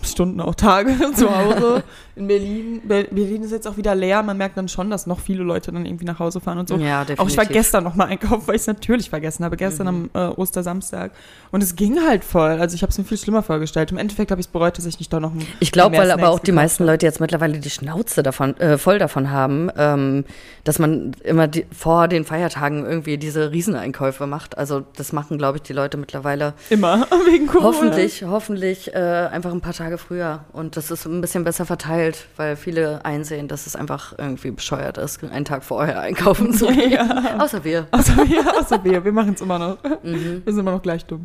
B: Stunden auch Tage (laughs) zu Hause in Berlin. Ber- Berlin ist jetzt auch wieder leer. Man merkt dann schon, dass noch viele Leute dann irgendwie nach Hause fahren und so.
A: Ja, definitiv. Mhm.
B: Auch ich war gestern nochmal einkaufen, weil ich es natürlich vergessen habe. Gestern am äh, Ostersamstag. Und es ging halt voll. Also ich habe es mir viel schlimmer vorgestellt. Im Endeffekt habe ich es bereut, dass ich nicht da noch ein
A: Ich glaube,
B: mehr
A: weil aber
B: Snacks
A: auch die
B: gekauft
A: meisten Leute jetzt mittlerweile die Schnauze davon, äh, voll davon haben, ähm, dass man immer die, vor den Feiertagen irgendwie diese Rieseneinkäufe macht. Also das machen, glaube ich, die Leute mittlerweile
B: Immer, (laughs) wegen Corona.
A: hoffentlich, hoffentlich äh, einfach ein paar Tage früher. Und das ist ein bisschen besser verteilt, weil viele einsehen, dass es einfach irgendwie bescheuert ist, einen Tag vorher einkaufen
B: (laughs)
A: zu gehen. Außer wir.
B: Also wir, also wir, wir machen es immer noch.
A: Mhm.
B: Wir sind immer noch gleich dumm.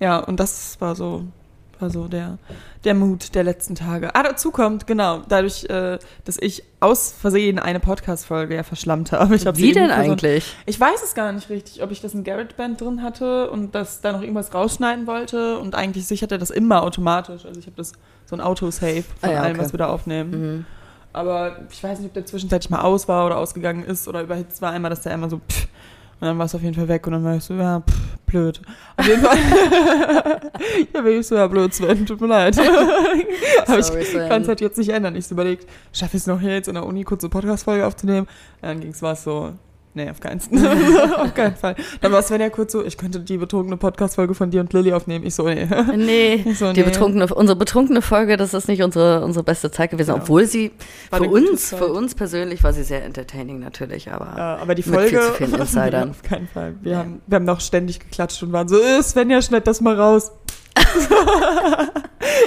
B: Ja, und das war so, war so der, der Mut der letzten Tage. Ah, dazu kommt, genau, dadurch, äh, dass ich aus Versehen eine Podcast-Folge ja verschlammt habe. Ich hab sie
A: Wie denn
B: irgendwie versaut. (laughs)
A: eigentlich?
B: Ich weiß es gar nicht richtig, ob ich das in Garrett-Band drin hatte und dass da noch irgendwas rausschneiden wollte. Und eigentlich sichert er das immer automatisch. Also ich habe das so ein Autosave von
A: Ah ja,
B: allem,
A: okay.
B: was wir da aufnehmen.
A: Mhm.
B: Aber ich weiß nicht, ob der zwischenzeitlich mal aus war oder ausgegangen ist oder überhitzt war. Einmal, dass der einmal so pff, und dann war es auf jeden Fall weg und dann war ich so, ja, pff, blöd. Auf
A: (laughs)
B: jeden Fall. ja, bin ich so, ja, blöd, Sven, tut mir leid. (laughs)
A: (laughs)
B: Aber
A: Sorry,
B: ich
A: Sven.
B: kann es halt jetzt nicht ändern. Ich so überlegt, schaffe ich es noch hier jetzt in der Uni kurz eine Podcast-Folge aufzunehmen? Und dann ging es was so, nee, auf keinen, auf keinen Fall. (laughs) Dann war Sven ja kurz so, ich könnte die betrunkene Podcast-Folge von dir und Lilly aufnehmen. Ich so, nee. (laughs)
A: Nee,
B: Ich so,
A: die
B: nee.
A: betrunkene, unsere betrunkene Folge, das ist nicht unsere, unsere beste Zeit gewesen,
B: Ja.
A: obwohl sie
B: War
A: für
B: eine gute
A: uns,
B: Zeit.
A: für uns persönlich war sie sehr entertaining natürlich, aber
B: Ja, Äh, aber die
A: Mit
B: Folge.
A: viel zu
B: (laughs)
A: vielen Insidern.
B: auf keinen Fall. Wir,
A: Ja.
B: haben, wir haben noch ständig geklatscht und waren so, äh, Svenja, schneid das mal raus. (laughs)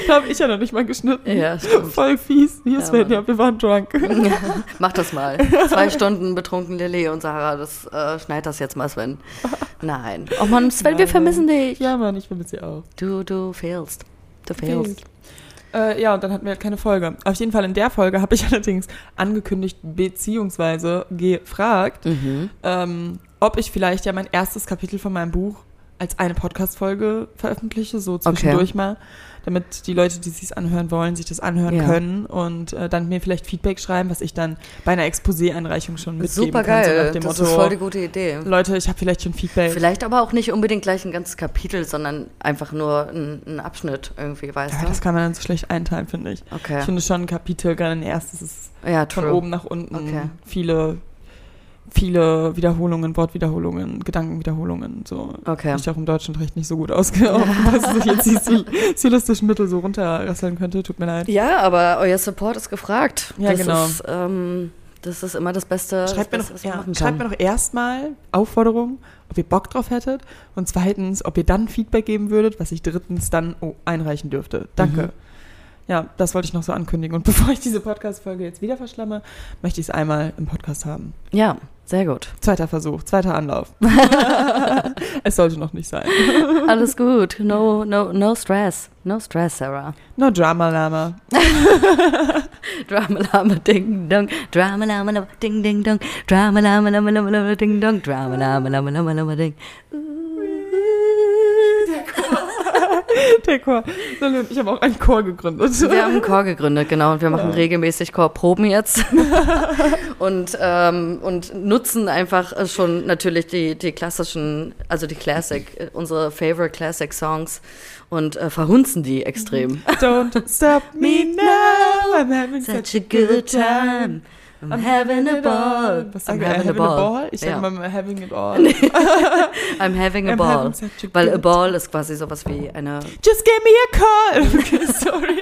B: da habe ich ja noch nicht mal geschnitten.
A: Ja, stimmt.
B: Voll fies. Hier,
A: Ja,
B: Svenja, wir waren drunk.
A: mach das mal. Zwei Stunden betrunken Lilly und Sarah, das äh, schneid das jetzt mal,
B: (laughs)
A: Sven. Nein. Oh Mann, Sven, wir
B: Nein.
A: vermissen dich.
B: (laughs) ja, Mann, ich vermisse sie auch.
A: Du, du fehlst. Du fehlst.
B: Äh, ja, und dann hatten wir halt keine Folge. Auf jeden Fall in der Folge habe ich (laughs) allerdings angekündigt beziehungsweise gefragt,
A: Mhm.
B: ähm, ob ich vielleicht ja mein erstes Kapitel von meinem Buch als eine Podcast-Folge veröffentliche, so zwischendurch mal, damit die Leute, die es anhören wollen, sich das anhören
A: Ja.
B: können und äh, dann mir vielleicht Feedback schreiben, was ich dann bei einer Exposé-Einreichung schon mitgeben
A: Super
B: kann. So nach
A: geil.
B: dem
A: Das
B: Motto,
A: ist voll die gute Idee.
B: Leute, ich habe vielleicht schon Feedback.
A: Vielleicht aber auch nicht unbedingt gleich ein ganzes Kapitel, sondern einfach nur ein, ein Abschnitt irgendwie, weißt
B: ja, das
A: du?
B: kann man dann so schlecht einteilen, finde ich. Ich
A: Okay.
B: finde schon ein Kapitel, gerade ein erstes ist
A: Ja,
B: von
A: true.
B: oben nach unten
A: Okay.
B: viele, viele Wiederholungen, Wortwiederholungen, Gedankenwiederholungen. So.
A: Okay.
B: Ich auch im Deutschunterricht nicht so
A: (laughs)
B: gut ausgearbeitet, dass ich jetzt die stil- stilistischen Mittel so runterrasseln könnte. Tut mir leid.
A: Ja, aber euer Support ist gefragt.
B: Ja,
A: das
B: genau.
A: Ist, ähm, das ist immer das Beste,
B: Schreibt mir,
A: das Beste,
B: noch,
A: was man
B: ja,
A: machen
B: schreibt
A: kann.
B: mir doch erstmal Aufforderung, ob ihr Bock drauf hättet und zweitens, ob ihr dann Feedback geben würdet, was ich drittens dann oh, einreichen dürfte. Danke. Ja, das wollte ich noch so ankündigen. Und (laughs) bevor ich diese Podcast-Folge jetzt wieder verschlamme, möchte ich es einmal im Podcast haben.
A: ja, sehr
B: (laughs)
A: gut.
B: Zweiter Versuch, zweiter
A: (laughs)
B: Anlauf. (laughs) es sollte noch nicht sein.
A: Alles gut. No, no, no stress. No stress, Sarah.
B: No Drama Lama.
A: Drama lama ding dong. Drama lama lama ding ding dong. Drama lama lama lama lama ding dong. Drama lama lama lama lama ding.
B: Der Chor. Sondern Ich habe auch einen Chor gegründet.
A: (laughs) Wir
B: (laughs)
A: haben einen Chor gegründet, genau, und wir machen regelmäßig Chorproben jetzt (laughs) und, ähm, und nutzen einfach äh, schon natürlich die, die klassischen, also die Classic,
B: Mhm.
A: äh, unsere Favorite Classic Songs und äh, verhunzen die extrem.
B: Don't stop me now. I'm having such a good time.
A: (laughs) I'm having a ball.
B: Was
A: I'm
B: sage ich? Having a ball? Ich sage
A: Ja.
B: immer having a (laughs) ball.
A: (laughs) I'm having a
B: I'm
A: ball.
B: having such a
A: Weil a
B: good-
A: ball ist quasi sowas wie eine.
B: Just give me a call.
A: (laughs)
B: Okay, sorry.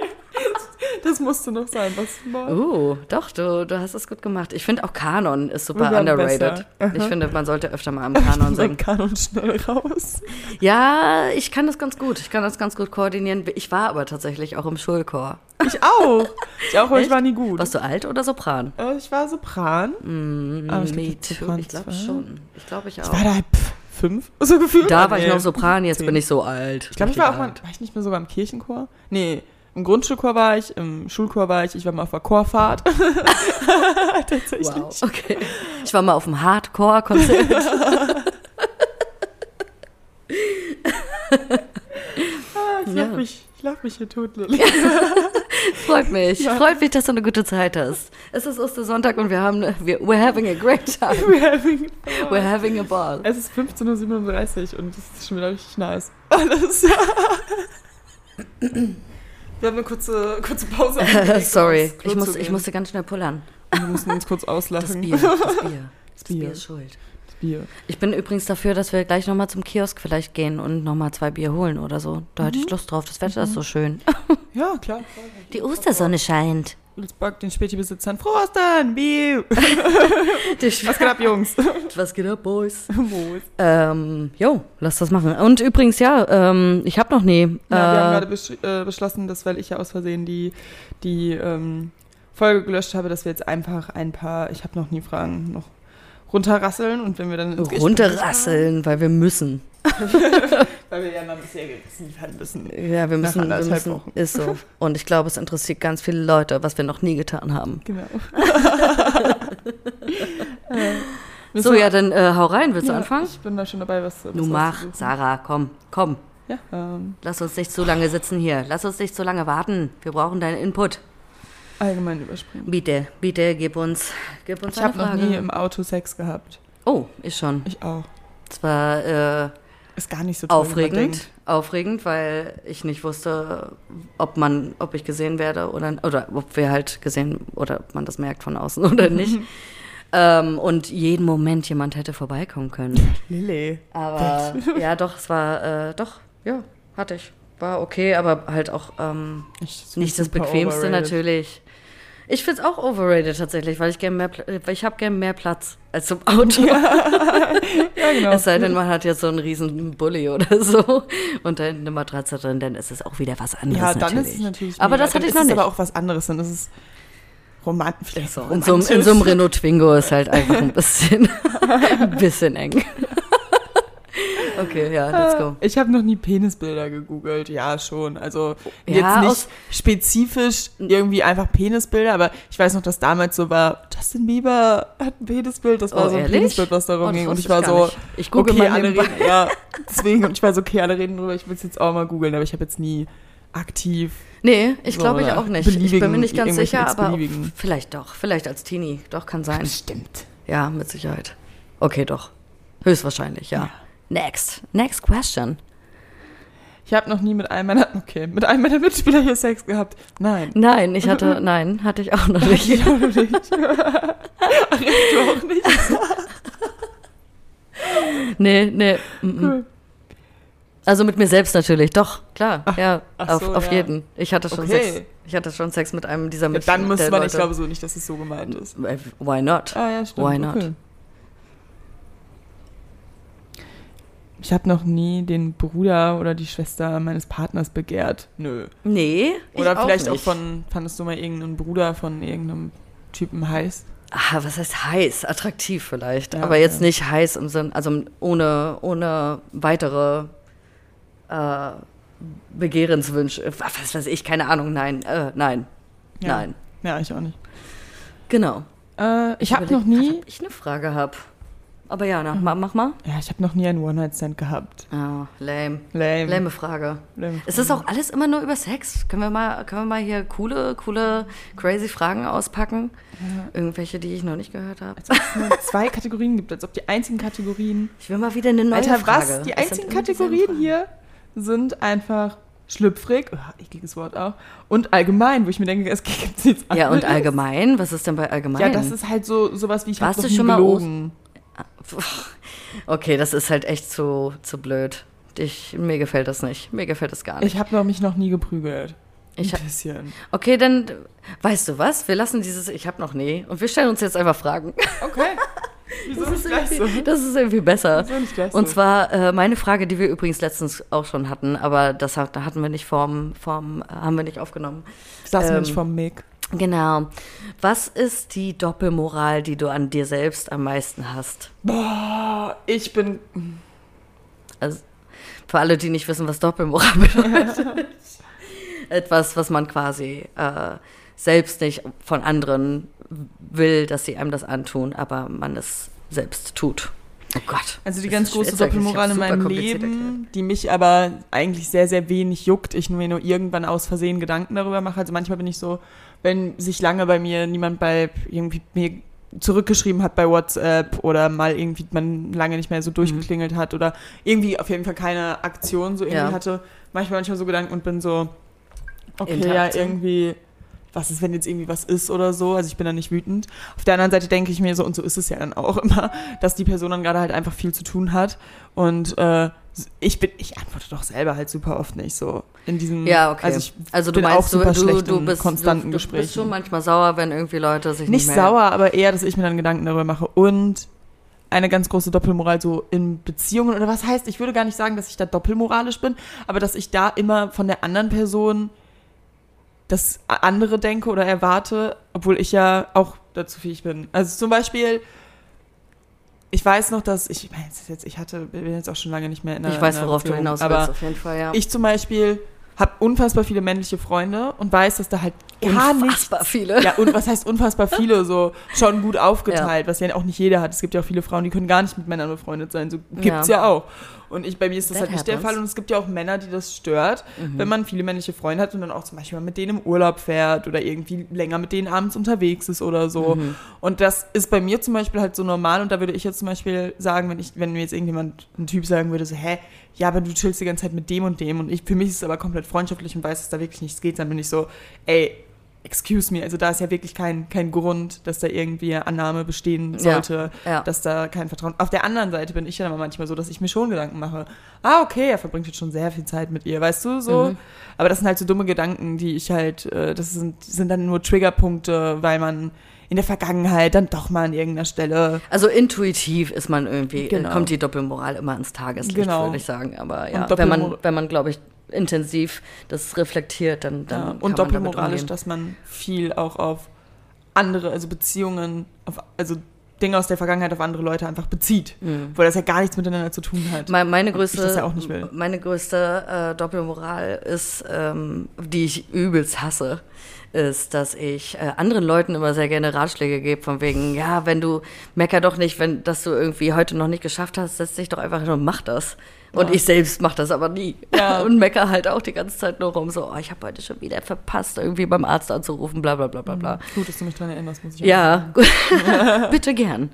B: Das musste noch sein. Was ist ein Ball?
A: Oh, doch, du, du hast es gut gemacht. Ich finde auch Kanon ist super
B: Wir werden
A: underrated.
B: besser.
A: Ich finde, man sollte öfter mal am
B: (laughs)
A: Kanon singen.
B: Sein Kanon schnell raus.
A: Ja, ich kann das ganz gut. Ich kann das ganz gut koordinieren. Ich war aber tatsächlich auch im Schulchor. (laughs)
B: Ich auch. Ich auch, aber ich
A: Echt?
B: war nie gut.
A: Warst du alt oder Sopran?
B: Äh, Ich war Sopran.
A: Mm,
B: Aber Ah, ich glaub,
A: me
B: ich hab
A: too. Ich glaube
B: Sopran zwei.
A: schon. Ich glaube, ich
B: Ich
A: auch.
B: war da pff, fünf, so gefühlt.
A: Da war ich
B: Nee.
A: noch Sopran, jetzt
B: Zehn.
A: bin ich so alt.
B: Ich glaube, ich
A: Richtig
B: war auch mal,
A: alt.
B: war ich nicht mehr sogar im Kirchenchor? Nee, im Grundschulchor war ich, im Schulchor war ich, ich war mal auf der Chorfahrt. (laughs) Tatsächlich. (laughs)
A: Wow, okay. Ich war mal auf dem Hardcore-Konzert.
B: Ah, ich
A: Ja.
B: lach mich, ich lach mich hier tot,
A: (laughs)
B: Lilly. (laughs)
A: Freut mich.
B: Ja.
A: Freut mich, dass du eine gute Zeit hast. Es ist Ostersonntag und wir haben, wir, we're having a great time.
B: We're having fun.
A: We're having a
B: (laughs)
A: ball.
B: Es ist 15.37 Uhr und das ist schon wieder richtig nice. (laughs) Alles. Wir haben eine kurze, kurze
A: (laughs)
B: Pause. eingelegt, um
A: Sorry,
B: aufs Klo
A: ich,
B: zu
A: muss, ich
B: gehen.
A: musste ganz schnell pullern.
B: Wir mussten uns kurz
A: Das
B: auslachen.
A: Bier,
B: (laughs)
A: das Bier. Das
B: Bier.
A: Bier ist schuld.
B: Das Bier.
A: Ich bin übrigens dafür, dass wir gleich nochmal zum Kiosk vielleicht gehen und nochmal zwei Bier holen oder so. Da hätte
B: Mhm.
A: ich Lust drauf. Das Wetter ist so
B: (laughs)
A: schön.
B: Ja, klar.
A: Die Ostersonne scheint.
B: Let's bug den Späti-Besitzern. Frohe Ostern! Biu! Was geht ab, Jungs? (laughs)
A: Was geht ab, Boys?
B: Moos.
A: Ähm, jo, lass das machen. Und übrigens, ja, ähm, ich habe noch nie.
B: Ja, wir haben
A: äh,
B: gerade besch äh, beschlossen, dass, weil ich ja aus Versehen die, die ähm, Folge gelöscht habe, dass wir jetzt einfach ein paar, ich habe noch nie Fragen, noch runterrasseln und wenn wir dann ins Gespräch
A: runterrasseln, weil wir müssen.
B: kommen, Weil wir ja mal bisher geliefert müssen.
A: Ja, wir
B: Nach
A: müssen. Wir
B: anderthalb
A: müssen
B: Wochen.
A: ist so. Und ich glaube, es interessiert ganz viele Leute, was wir noch nie getan haben. (laughs)
B: Genau. Müssen
A: So,
B: wir-
A: ja, dann äh, hau rein. Willst
B: Ja,
A: du anfangen?
B: Ich bin da schon dabei, was. was
A: Nun mach,
B: auszusuchen.
A: Sarah, komm, komm.
B: Ja, ähm,
A: Lass uns nicht zu lange sitzen hier. Lass uns nicht zu lange warten. Wir brauchen deinen Input.
B: allgemein überspringen.
A: Bitte, bitte, gib uns, gib uns
B: Ich
A: eine
B: habe noch
A: Frage.
B: nie im Auto Sex gehabt.
A: oh, ich schon.
B: Ich auch.
A: Es war äh,
B: Ist gar nicht so toll, wie man denkt.
A: aufregend, aufregend, weil ich nicht wusste, ob man, ob ich gesehen werde oder oder ob wir halt gesehen oder ob man das merkt von außen (laughs) oder
B: (laughs)
A: nicht. ähm, und jeden Moment jemand hätte vorbeikommen können.
B: Lilly.
A: Aber ja, doch, es war äh, doch, ja, hatte ich. War okay, aber halt auch ähm,
B: Ich,
A: nicht das
B: super
A: bequemste
B: overrated.
A: natürlich. Ich find's auch overrated tatsächlich, weil ich gerne mehr, Pla- äh, weil ich habe gerne mehr Platz als zum
B: (laughs)
A: Auto.
B: Ja, genau.
A: Es sei denn, man hat jetzt so einen riesen Bulli oder (laughs) so und da hinten eine Matratze drin, dann ist es auch wieder was anderes
B: ja, dann
A: natürlich.
B: ist es natürlich.
A: aber
B: mega.
A: das hatte
B: Dann
A: ich noch
B: ist es
A: nicht.
B: aber auch was anderes. Dann ist es Roman vielleicht
A: so, in, so, einem- in so einem Renault Twingo ist halt einfach ein bisschen, (laughs) ein bisschen
B: (laughs)
A: eng. okay, ja, let's go.
B: Ich habe noch nie Penisbilder gegoogelt. Ja, schon. Also
A: Ja,
B: jetzt
A: aus-
B: nicht spezifisch irgendwie einfach Penisbilder, aber ich weiß noch, dass damals so war, Justin Bieber hat ein Penisbild. Das war
A: Oh,
B: so ein
A: ehrlich?
B: Penisbild, was da
A: Oh, das
B: rumging. und
A: wusste
B: ich war
A: gar
B: so,
A: nicht. ich google
B: okay,
A: mal
B: alle
A: nebenbei.
B: reden, ja, deswegen. Und ich war so, okay, alle reden drüber. Ich will es jetzt auch mal googeln, aber ich habe jetzt nie aktiv.
A: Nee, ich
B: So,
A: glaube ich
B: oder
A: auch nicht. Ich bin mir
B: beliebigen-
A: nicht ganz
B: irgendwelche
A: sicher, aber
B: x-beliebigen.
A: vielleicht doch. Vielleicht als Teenie. Doch, kann sein.
B: Stimmt.
A: Ja, mit Sicherheit. Okay, doch. Höchstwahrscheinlich, ja. Next. Next question.
B: Ich habe noch nie mit einem meiner, okay, mit einem meiner Mitspieler hier Sex gehabt. Nein. (laughs)
A: Nein, ich hatte, nein, hatte ich auch noch nicht.
B: Ich auch nicht.
A: (laughs)
B: Ach, echt, du auch nicht.
A: Nee, nee. mm, mm.
B: Cool.
A: Also mit mir selbst natürlich, doch, klar. ja,
B: ach
A: auf,
B: so,
A: auf
B: ja.
A: jeden. Ich hatte schon
B: Okay.
A: Sex. Ich hatte schon Sex mit einem dieser
B: Ja,
A: Menschen.
B: dann müsste
A: der
B: man, ich
A: Leute.
B: glaube so nicht, dass es so gemeint ist.
A: Äh, Why not?
B: Ah ja, stimmt.
A: Why not?
B: Okay. Ich habe noch nie den Bruder oder die Schwester meines Partners begehrt. Nö.
A: Nee.
B: Oder
A: ich
B: vielleicht auch,
A: nicht.
B: von, fandest du mal irgendeinen Bruder von irgendeinem Typen heiß?
A: Ah, was heißt heiß? Attraktiv vielleicht.
B: Ja,
A: aber jetzt
B: ja.
A: nicht heiß im Sinne, also ohne, ohne weitere äh, Begehrenswünsche. Was weiß ich, keine Ahnung. Nein, äh, nein,
B: Ja.
A: nein.
B: Ja, ich auch nicht.
A: Genau.
B: Äh, ich habe
A: Überleg
B: noch nie, Mhm.
A: grad, ob ich eine Frage habe. Aber ja, na, ma, mach mal.
B: ja, ich habe noch nie einen One-Night-Stand gehabt.
A: Ah, lame.
B: Lame. Mhm.
A: Lame Frage.
B: Lame.
A: Es ist auch alles immer nur über Sex. Können wir mal, können wir mal hier coole, coole, crazy Fragen auspacken? Irgendwelche, die ich noch nicht gehört habe.
B: Als ob es
A: (laughs)
B: nur zwei Kategorien gibt, als ob die einzigen Kategorien.
A: Ich will mal wieder eine neue
B: Alter,
A: Frage.
B: was? Die
A: Es sind
B: einzigen
A: immer dieselben
B: Kategorien
A: Fragen.
B: hier sind einfach schlüpfrig, oh, ekliges Wort auch, und allgemein, wo ich mir denke, es gibt nichts anderes.
A: Ja, und allgemein? Was ist denn bei allgemein?
B: Ja, das ist halt so sowas wie ich
A: Warst
B: habe
A: du schon mal
B: gelogen.
A: okay, das ist halt echt zu, zu blöd. Ich, mir gefällt das nicht. Mir gefällt das gar nicht.
B: Ich habe noch mich noch nie geprügelt.
A: Ich
B: Ein
A: hab-
B: bisschen.
A: Okay, dann, weißt du was? Wir lassen dieses Ich hab noch nie. Und wir stellen uns jetzt einfach Fragen. (laughs)
B: Okay. Wieso
A: Das
B: nicht
A: ist
B: gleich
A: (laughs)
B: so?
A: irgendwie, das ist irgendwie besser.
B: Wieso nicht gleich so?
A: Und zwar äh, meine Frage, die wir übrigens letztens auch schon hatten, aber das hat, da hatten wir nicht vorm, vorm, äh, haben wir nicht aufgenommen.
B: Saßen wir
A: ähm,
B: nicht vom Mick.
A: Genau. Was ist die Doppelmoral, die du an dir selbst am meisten hast?
B: Boah, ich bin.
A: Also, für alle, die nicht wissen, was Doppelmoral (laughs) bedeutet. Etwas, was man quasi äh, selbst nicht von anderen will, dass sie einem das antun, aber man es selbst tut. Oh Gott.
B: Also die
A: Das
B: ganz
A: ist
B: große
A: jetzt wirklich- ich
B: Doppelmoral in
A: hab's super
B: meinem
A: kompliziert
B: Leben,
A: erklärt.
B: die mich aber eigentlich sehr, sehr wenig juckt. Ich mir nur irgendwann aus Versehen Gedanken darüber mache. Also manchmal bin ich so, wenn sich lange bei mir niemand bei irgendwie mir zurückgeschrieben hat bei WhatsApp oder mal irgendwie man lange nicht
A: Mhm.
B: mehr so durchgeklingelt hat oder irgendwie auf jeden Fall keine Aktion so irgendwie
A: Ja.
B: hatte, mache ich mir manchmal so Gedanken und bin so, okay, ja,
A: Interaktion.
B: irgendwie, was ist, wenn jetzt irgendwie was ist oder so? Also ich bin da nicht wütend. Auf der anderen Seite denke ich mir so, und so ist es ja dann auch (laughs) immer, dass die Person dann gerade halt einfach viel zu tun hat. Und äh, ich bin, ich antworte doch selber halt super oft nicht so in diesem.
A: Ja, okay.
B: Also ich
A: Also du
B: bin
A: meinst,
B: auch super
A: du, du,
B: schlecht
A: du
B: in
A: bist
B: konstanten
A: du, du
B: Gesprächen.
A: bist schon manchmal sauer, wenn irgendwie Leute sich
B: nicht
A: nicht, melden.
B: sauer, aber eher, dass ich mir dann Gedanken darüber mache und eine ganz große Doppelmoral so in Beziehungen oder was heißt, ich würde gar nicht sagen, dass ich da doppelmoralisch bin, aber dass ich da immer von der anderen Person das andere denke oder erwarte, obwohl ich ja auch dazu fähig bin. Also zum Beispiel, ich weiß noch, dass ich, ich meine, es ist jetzt, ich hatte, bin jetzt auch schon lange nicht mehr in einer
A: Ich weiß,
B: in einer
A: worauf du
B: Beziehung,
A: hinaus willst,
B: ne, aber
A: auf jeden Fall, ja.
B: ich zum Beispiel habe unfassbar viele männliche Freunde und weiß, dass da halt gar nichts
A: Unfassbar viele.
B: ja, und was heißt unfassbar viele, so schon gut aufgeteilt, was ja auch nicht jeder hat. Es gibt ja auch viele Frauen, die können gar nicht mit Männern befreundet sein. So gibt's ja,
A: Ja.
B: auch. Und ich, bei mir ist das
A: That
B: halt nicht der
A: happens. Mhm.
B: Fall. Und es gibt ja auch Männer, die das stört, wenn man viele männliche Freunde hat und dann auch zum Beispiel mal mit denen im Urlaub fährt oder irgendwie länger mit denen abends unterwegs ist oder so.
A: Mhm.
B: Und das ist bei mir zum Beispiel halt so normal. Und da würde ich jetzt zum Beispiel sagen, wenn ich, wenn mir jetzt irgendjemand, ein Typ sagen würde, so, hä, ja, aber du chillst die ganze Zeit mit dem und dem. Und ich, für mich ist es aber komplett freundschaftlich und weiß, dass da wirklich nichts geht. Dann bin ich so, ey, excuse me, also da ist ja wirklich kein, kein Grund, dass da irgendwie Annahme bestehen sollte,
A: ja.
B: dass da kein Vertrauen. Auf der anderen Seite bin ich dann aber manchmal so, dass ich mir schon Gedanken mache. Ah, okay, er verbringt jetzt schon sehr viel Zeit mit ihr, weißt du,
A: Mhm.
B: so. Aber das sind halt so dumme Gedanken, die ich halt, äh, das sind, sind dann nur Triggerpunkte, weil man in der Vergangenheit dann doch mal an irgendeiner Stelle.
A: Also intuitiv ist man irgendwie, äh,
B: Genau.
A: kommt die Doppelmoral immer ans Tageslicht,
B: Genau.
A: würde ich sagen. Aber ja,
B: Und
A: wenn man,
B: Doppelmor-
A: wenn man, glaube ich, intensiv das reflektiert, dann, dann
B: Ja,
A: kann
B: und
A: man damit
B: doppelmoralisch,
A: umgehen.
B: äh, dass man viel auch auf andere, also Beziehungen, auf, also Dinge aus der Vergangenheit auf andere Leute einfach bezieht,
A: Mhm.
B: weil das ja gar nichts miteinander zu tun hat.
A: Me- Meine
B: Ich das
A: größte,
B: ja auch nicht will.
A: meine größte äh, Doppelmoral ist, ähm, die ich übelst hasse, ist, dass ich äh, anderen Leuten immer sehr gerne Ratschläge gebe, von wegen, ja, wenn du, mecker doch nicht, wenn, dass du irgendwie heute noch nicht geschafft hast, setz dich doch einfach hin und mach das. Und ich selbst mach das aber nie. (laughs)
B: Ja.
A: Und mecker halt auch die ganze Zeit nur rum, so, oh, ich habe heute schon wieder verpasst, irgendwie beim Arzt anzurufen, bla bla bla bla bla.
B: Gut, dass du mich daran erinnerst, muss ich auch
A: Ja, gut. (laughs) bitte gern.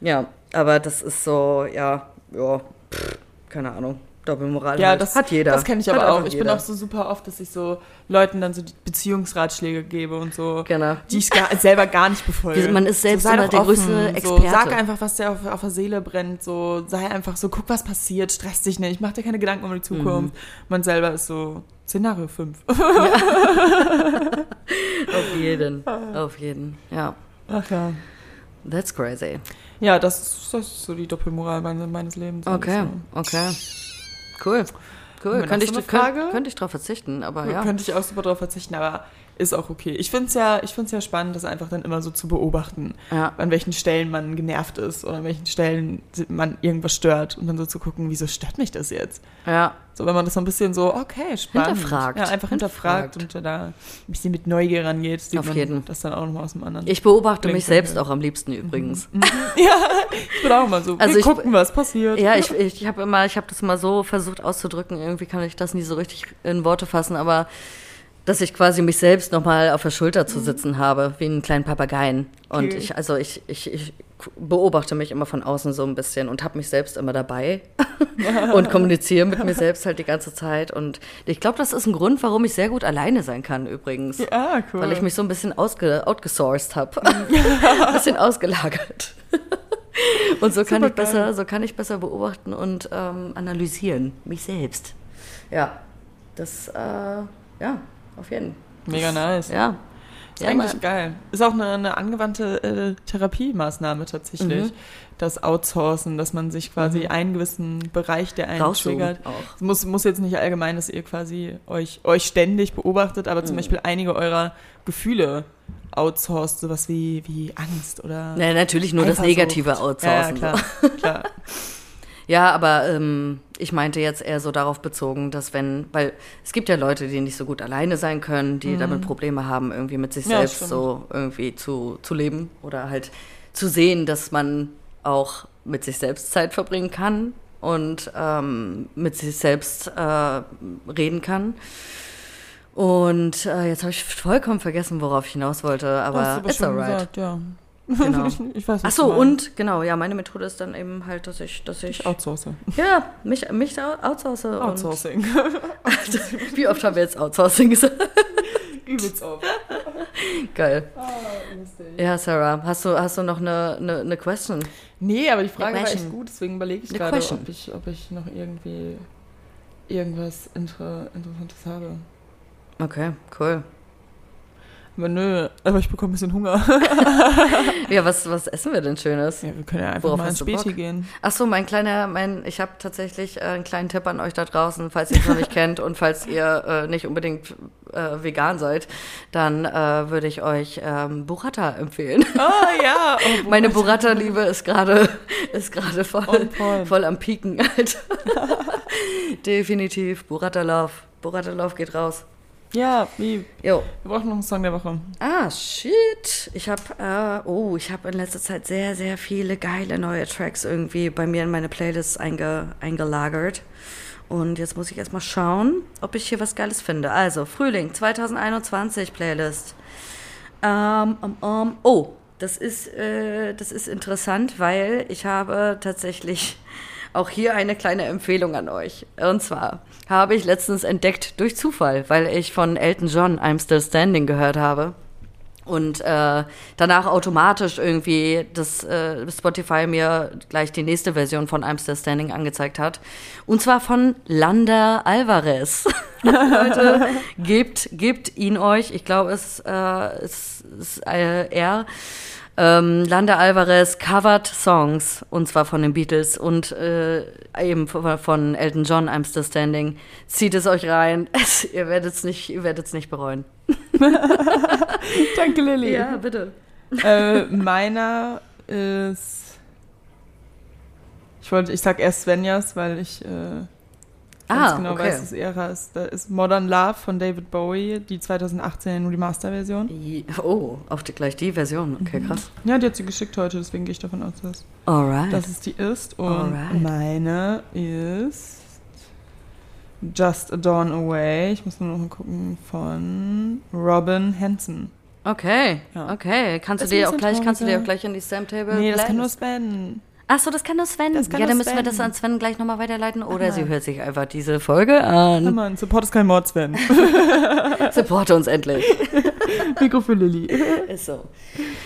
A: Ja, aber das ist so, ja, ja, pff, keine Ahnung. Doppelmoral
B: Ja,
A: halt.
B: das
A: hat jeder.
B: Das kenne ich
A: Hat
B: aber auch.
A: einfach
B: Ich bin
A: jeder.
B: auch so super oft, dass ich so Leuten dann so die Beziehungsratschläge gebe und so, (laughs)
A: Genau.
B: die ich gar, selber gar nicht befolge.
A: Wir- man ist selbst
B: so, sei
A: immer
B: doch
A: der
B: offen,
A: größte
B: So,
A: Experte.
B: sag einfach, was dir auf, auf der Seele brennt. So, sei einfach so, guck, was passiert, stress dich nicht, mach dir keine Gedanken um die Zukunft.
A: Mhm.
B: Man selber ist so Szenario 5.
A: Auf jeden.
B: Ah.
A: Auf jeden. Ja.
B: (laughs) Ach ja.
A: That's crazy.
B: Ja, das, ist- das ist so die Doppelmoral meines, meines Lebens.
A: Okay,
B: Also,
A: okay. Cool.
B: Haben
A: Cool.
B: wir noch
A: Könnte
B: so
A: ich,
B: eine Frage?
A: könnte, könnte ich drauf verzichten, aber Ah, ja.
B: Könnte ich auch super drauf verzichten, aber ist auch okay. Ich finde es ja, ich find's ja spannend, das einfach dann immer so zu beobachten.
A: ja.
B: an welchen Stellen man genervt ist oder an welchen Stellen man irgendwas stört und dann so zu gucken, wieso stört mich das jetzt?
A: Ja.
B: So, wenn man das so ein bisschen so, okay, spannend.
A: Hinterfragt.
B: Ja, einfach hinterfragt,
A: Hinterfragt.
B: und da ein bisschen mit Neugier rangeht, sieht
A: Auf
B: man
A: jeden.
B: das dann auch nochmal aus dem anderen. (laughs)
A: Ich beobachte
B: Klingt
A: mich selbst
B: okay.
A: auch am liebsten
B: Mhm.
A: übrigens.
B: Ich bin auch mal so,
A: Also
B: wir
A: ich-
B: gucken, was passiert.
A: Ja, ich, ich habe immer, ich habe das mal so versucht auszudrücken, irgendwie kann ich das nie so richtig in Worte fassen, aber dass ich quasi mich selbst nochmal auf der Schulter zu sitzen habe, wie einen kleinen Papageien. Und
B: Okay.
A: ich, also ich, ich, ich beobachte mich immer von außen so ein bisschen und habe mich selbst immer dabei und kommuniziere mit mir selbst halt die ganze Zeit. Und ich glaube, das ist ein Grund, warum ich sehr gut alleine sein kann übrigens.
B: (laughs) Ah, cool.
A: Weil ich mich so ein bisschen ausge outgesourced
B: (laughs)
A: habe. ein bisschen ausgelagert. Und so kann,
B: Super
A: ich besser, so kann ich besser beobachten und ähm, analysieren. Mich selbst. Ja, das, äh, ja, auf jeden
B: Mega nice.
A: Ja.
B: Ist eigentlich geil. Ist auch eine, eine angewandte äh, Therapiemaßnahme
A: Mhm.
B: tatsächlich. Das Outsourcen, dass man sich quasi einen gewissen Bereich, der einen
A: Rauszoomen
B: triggert.
A: auch.
B: Es muss, muss jetzt nicht allgemein, dass ihr quasi euch, euch ständig beobachtet, aber
A: Mhm.
B: zum Beispiel einige eurer Gefühle outsourced, sowas wie, wie Angst oder.
A: Na, natürlich nur das
B: Eifersucht.
A: negative
B: Ja, ja,
A: Outsourcen.
B: klar, klar.
A: Ja, aber ähm, ich meinte jetzt eher so darauf bezogen, dass wenn, weil es gibt ja Leute, die nicht so gut alleine sein können, die damit Probleme haben, irgendwie mit sich
B: Mhm. Ja,
A: selbst
B: stimmt.
A: so irgendwie zu, zu leben oder halt zu sehen, dass man auch mit sich selbst Zeit verbringen kann und ähm, mit sich selbst äh, reden kann. Und äh, jetzt habe ich vollkommen vergessen, worauf ich hinaus wollte,
B: Hast
A: (laughs)
B: du
A: aber
B: aber
A: it's
B: schon
A: alright.
B: gesagt, ja.
A: Genau.
B: (laughs) ich weiß, was
A: Ach so,
B: du meinst.
A: und genau, ja, meine Methode ist dann eben halt, dass ich, dass ich,
B: Ich outsource.
A: ja, mich, mich da outsource. und-
B: Outsourcing.
A: (laughs)
B: (laughs)
A: Wie oft haben wir jetzt Outsourcing gesagt? (laughs)
B: Übelst oft.
A: Geil.
B: Ah, lustig.
A: Ja, Sarah, hast du, hast du noch eine, eine, eine Question?
B: Nee, aber die Frage war echt
A: question.
B: gut, deswegen überlege ich
A: The
B: gerade,
A: question.
B: ob ich, ob ich noch irgendwie irgendwas Inter Interessantes habe.
A: Okay, cool.
B: Aber nö, aber ich bekomme ein
A: (laughs)
B: bisschen Hunger.
A: Ja, was, was essen wir denn Schönes?
B: Ja, wir können ja einfach
A: Worauf
B: mal ins
A: hast du Bock?
B: Späti gehen.
A: Ach so, mein kleiner, mein, ich habe tatsächlich äh, einen kleinen Tipp an euch da draußen, falls ihr es
B: (laughs)
A: noch nicht kennt und falls ihr äh, nicht unbedingt äh, vegan seid, dann äh, würde ich euch ähm, Burrata empfehlen. (laughs)
B: Oh ja. Oh,
A: Meine Burrata-Liebe ist gerade (laughs) ist gerade voll,
B: On point.
A: voll am Pieken, (laughs) Alter. Definitiv Burrata Love. Burrata Love geht raus.
B: ja, wie?
A: Jo.
B: Wir brauchen noch einen Song
A: (laughs)
B: der Woche.
A: Ah, shit. Ich habe, äh, oh, ich habe in letzter Zeit sehr, sehr viele geile neue Tracks irgendwie bei mir in meine Playlist einge, eingelagert. Und jetzt muss ich erstmal schauen, ob ich hier was Geiles finde. Also, Frühling 2021 Playlist. Ähm, ähm, ähm, oh, das ist, äh, das ist interessant, weil ich habe tatsächlich (laughs) auch hier eine kleine Empfehlung an euch. Und zwar habe ich letztens entdeckt durch Zufall, weil ich von Elton John I'm Still Standing gehört habe. Und äh, danach automatisch irgendwie das äh, Spotify mir gleich die nächste Version von I'm Still Standing angezeigt hat. Und zwar von Landa Alvarez. (laughs) Leute, gebt, gebt ihn euch. Ich glaube, es äh, es ist äh, er. Ähm, Landa Alvarez covered Songs, und zwar von den Beatles und äh, eben von, von Elton John, I'm Still Standing. Zieht es euch rein, (laughs) es, ihr werdet es nicht, ihr werdet's nicht bereuen.
B: Danke, Lilly.
A: bitte.
B: Äh, meiner ist. Ich wollte, ich sag erst Svenjas, weil ich äh, ganz
A: Ah,
B: genau
A: okay.
B: weiß, dass Ära ist. Da ist Modern Love von David Bowie, die 2018 Remaster-Version.
A: Die- Oh, auch die, gleich die Version. Okay, krass.
B: Ja, die hat sie geschickt heute, deswegen gehe ich davon aus, dass,
A: Alright.
B: dass es die ist. Und
A: Alright.
B: meine ist Just a Dawn Away. Ich muss nur noch mal gucken von Robin Hanson.
A: okay,
B: Ja.
A: okay. Kannst du
B: Ist ein
A: dir auch
B: bisschen
A: gleich, kannst du dir
B: trauriger.
A: auch gleich in die Samtable.
B: Nee, das kann nur Sven.
A: Ach so, das kann nur Sven.
B: Das kann
A: ja,
B: nur
A: dann müssen wir
B: Sven.
A: das an Sven gleich nochmal weiterleiten. Oder sie
B: Mann.
A: hört sich einfach diese Folge an.
B: Mann, Support ist kein
A: (laughs)
B: Mord, Sven.
A: Supporte uns endlich.
B: (laughs) Mikro für Lilly.
A: Ist so.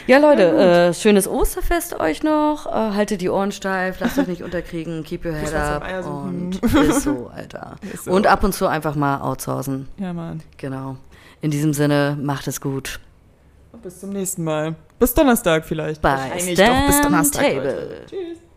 A: Ja, Leute, äh, schönes Osterfest euch noch. Äh, haltet die Ohren steif, lasst euch nicht unterkriegen, keep your head
B: Schwanz am
A: up.
B: Eier suchen.
A: Und
B: (laughs)
A: ist so, Alter.
B: Ist so.
A: (laughs) Und ab und zu einfach mal outsourcen.
B: Ja, Mann.
A: Genau. In diesem Sinne, macht es gut.
B: Bis zum nächsten Mal. Bis Donnerstag vielleicht.
A: Bei
B: Eigentlich
A: Stan
B: doch bis Donnerstag.
A: Table.
B: Leute. Tschüss.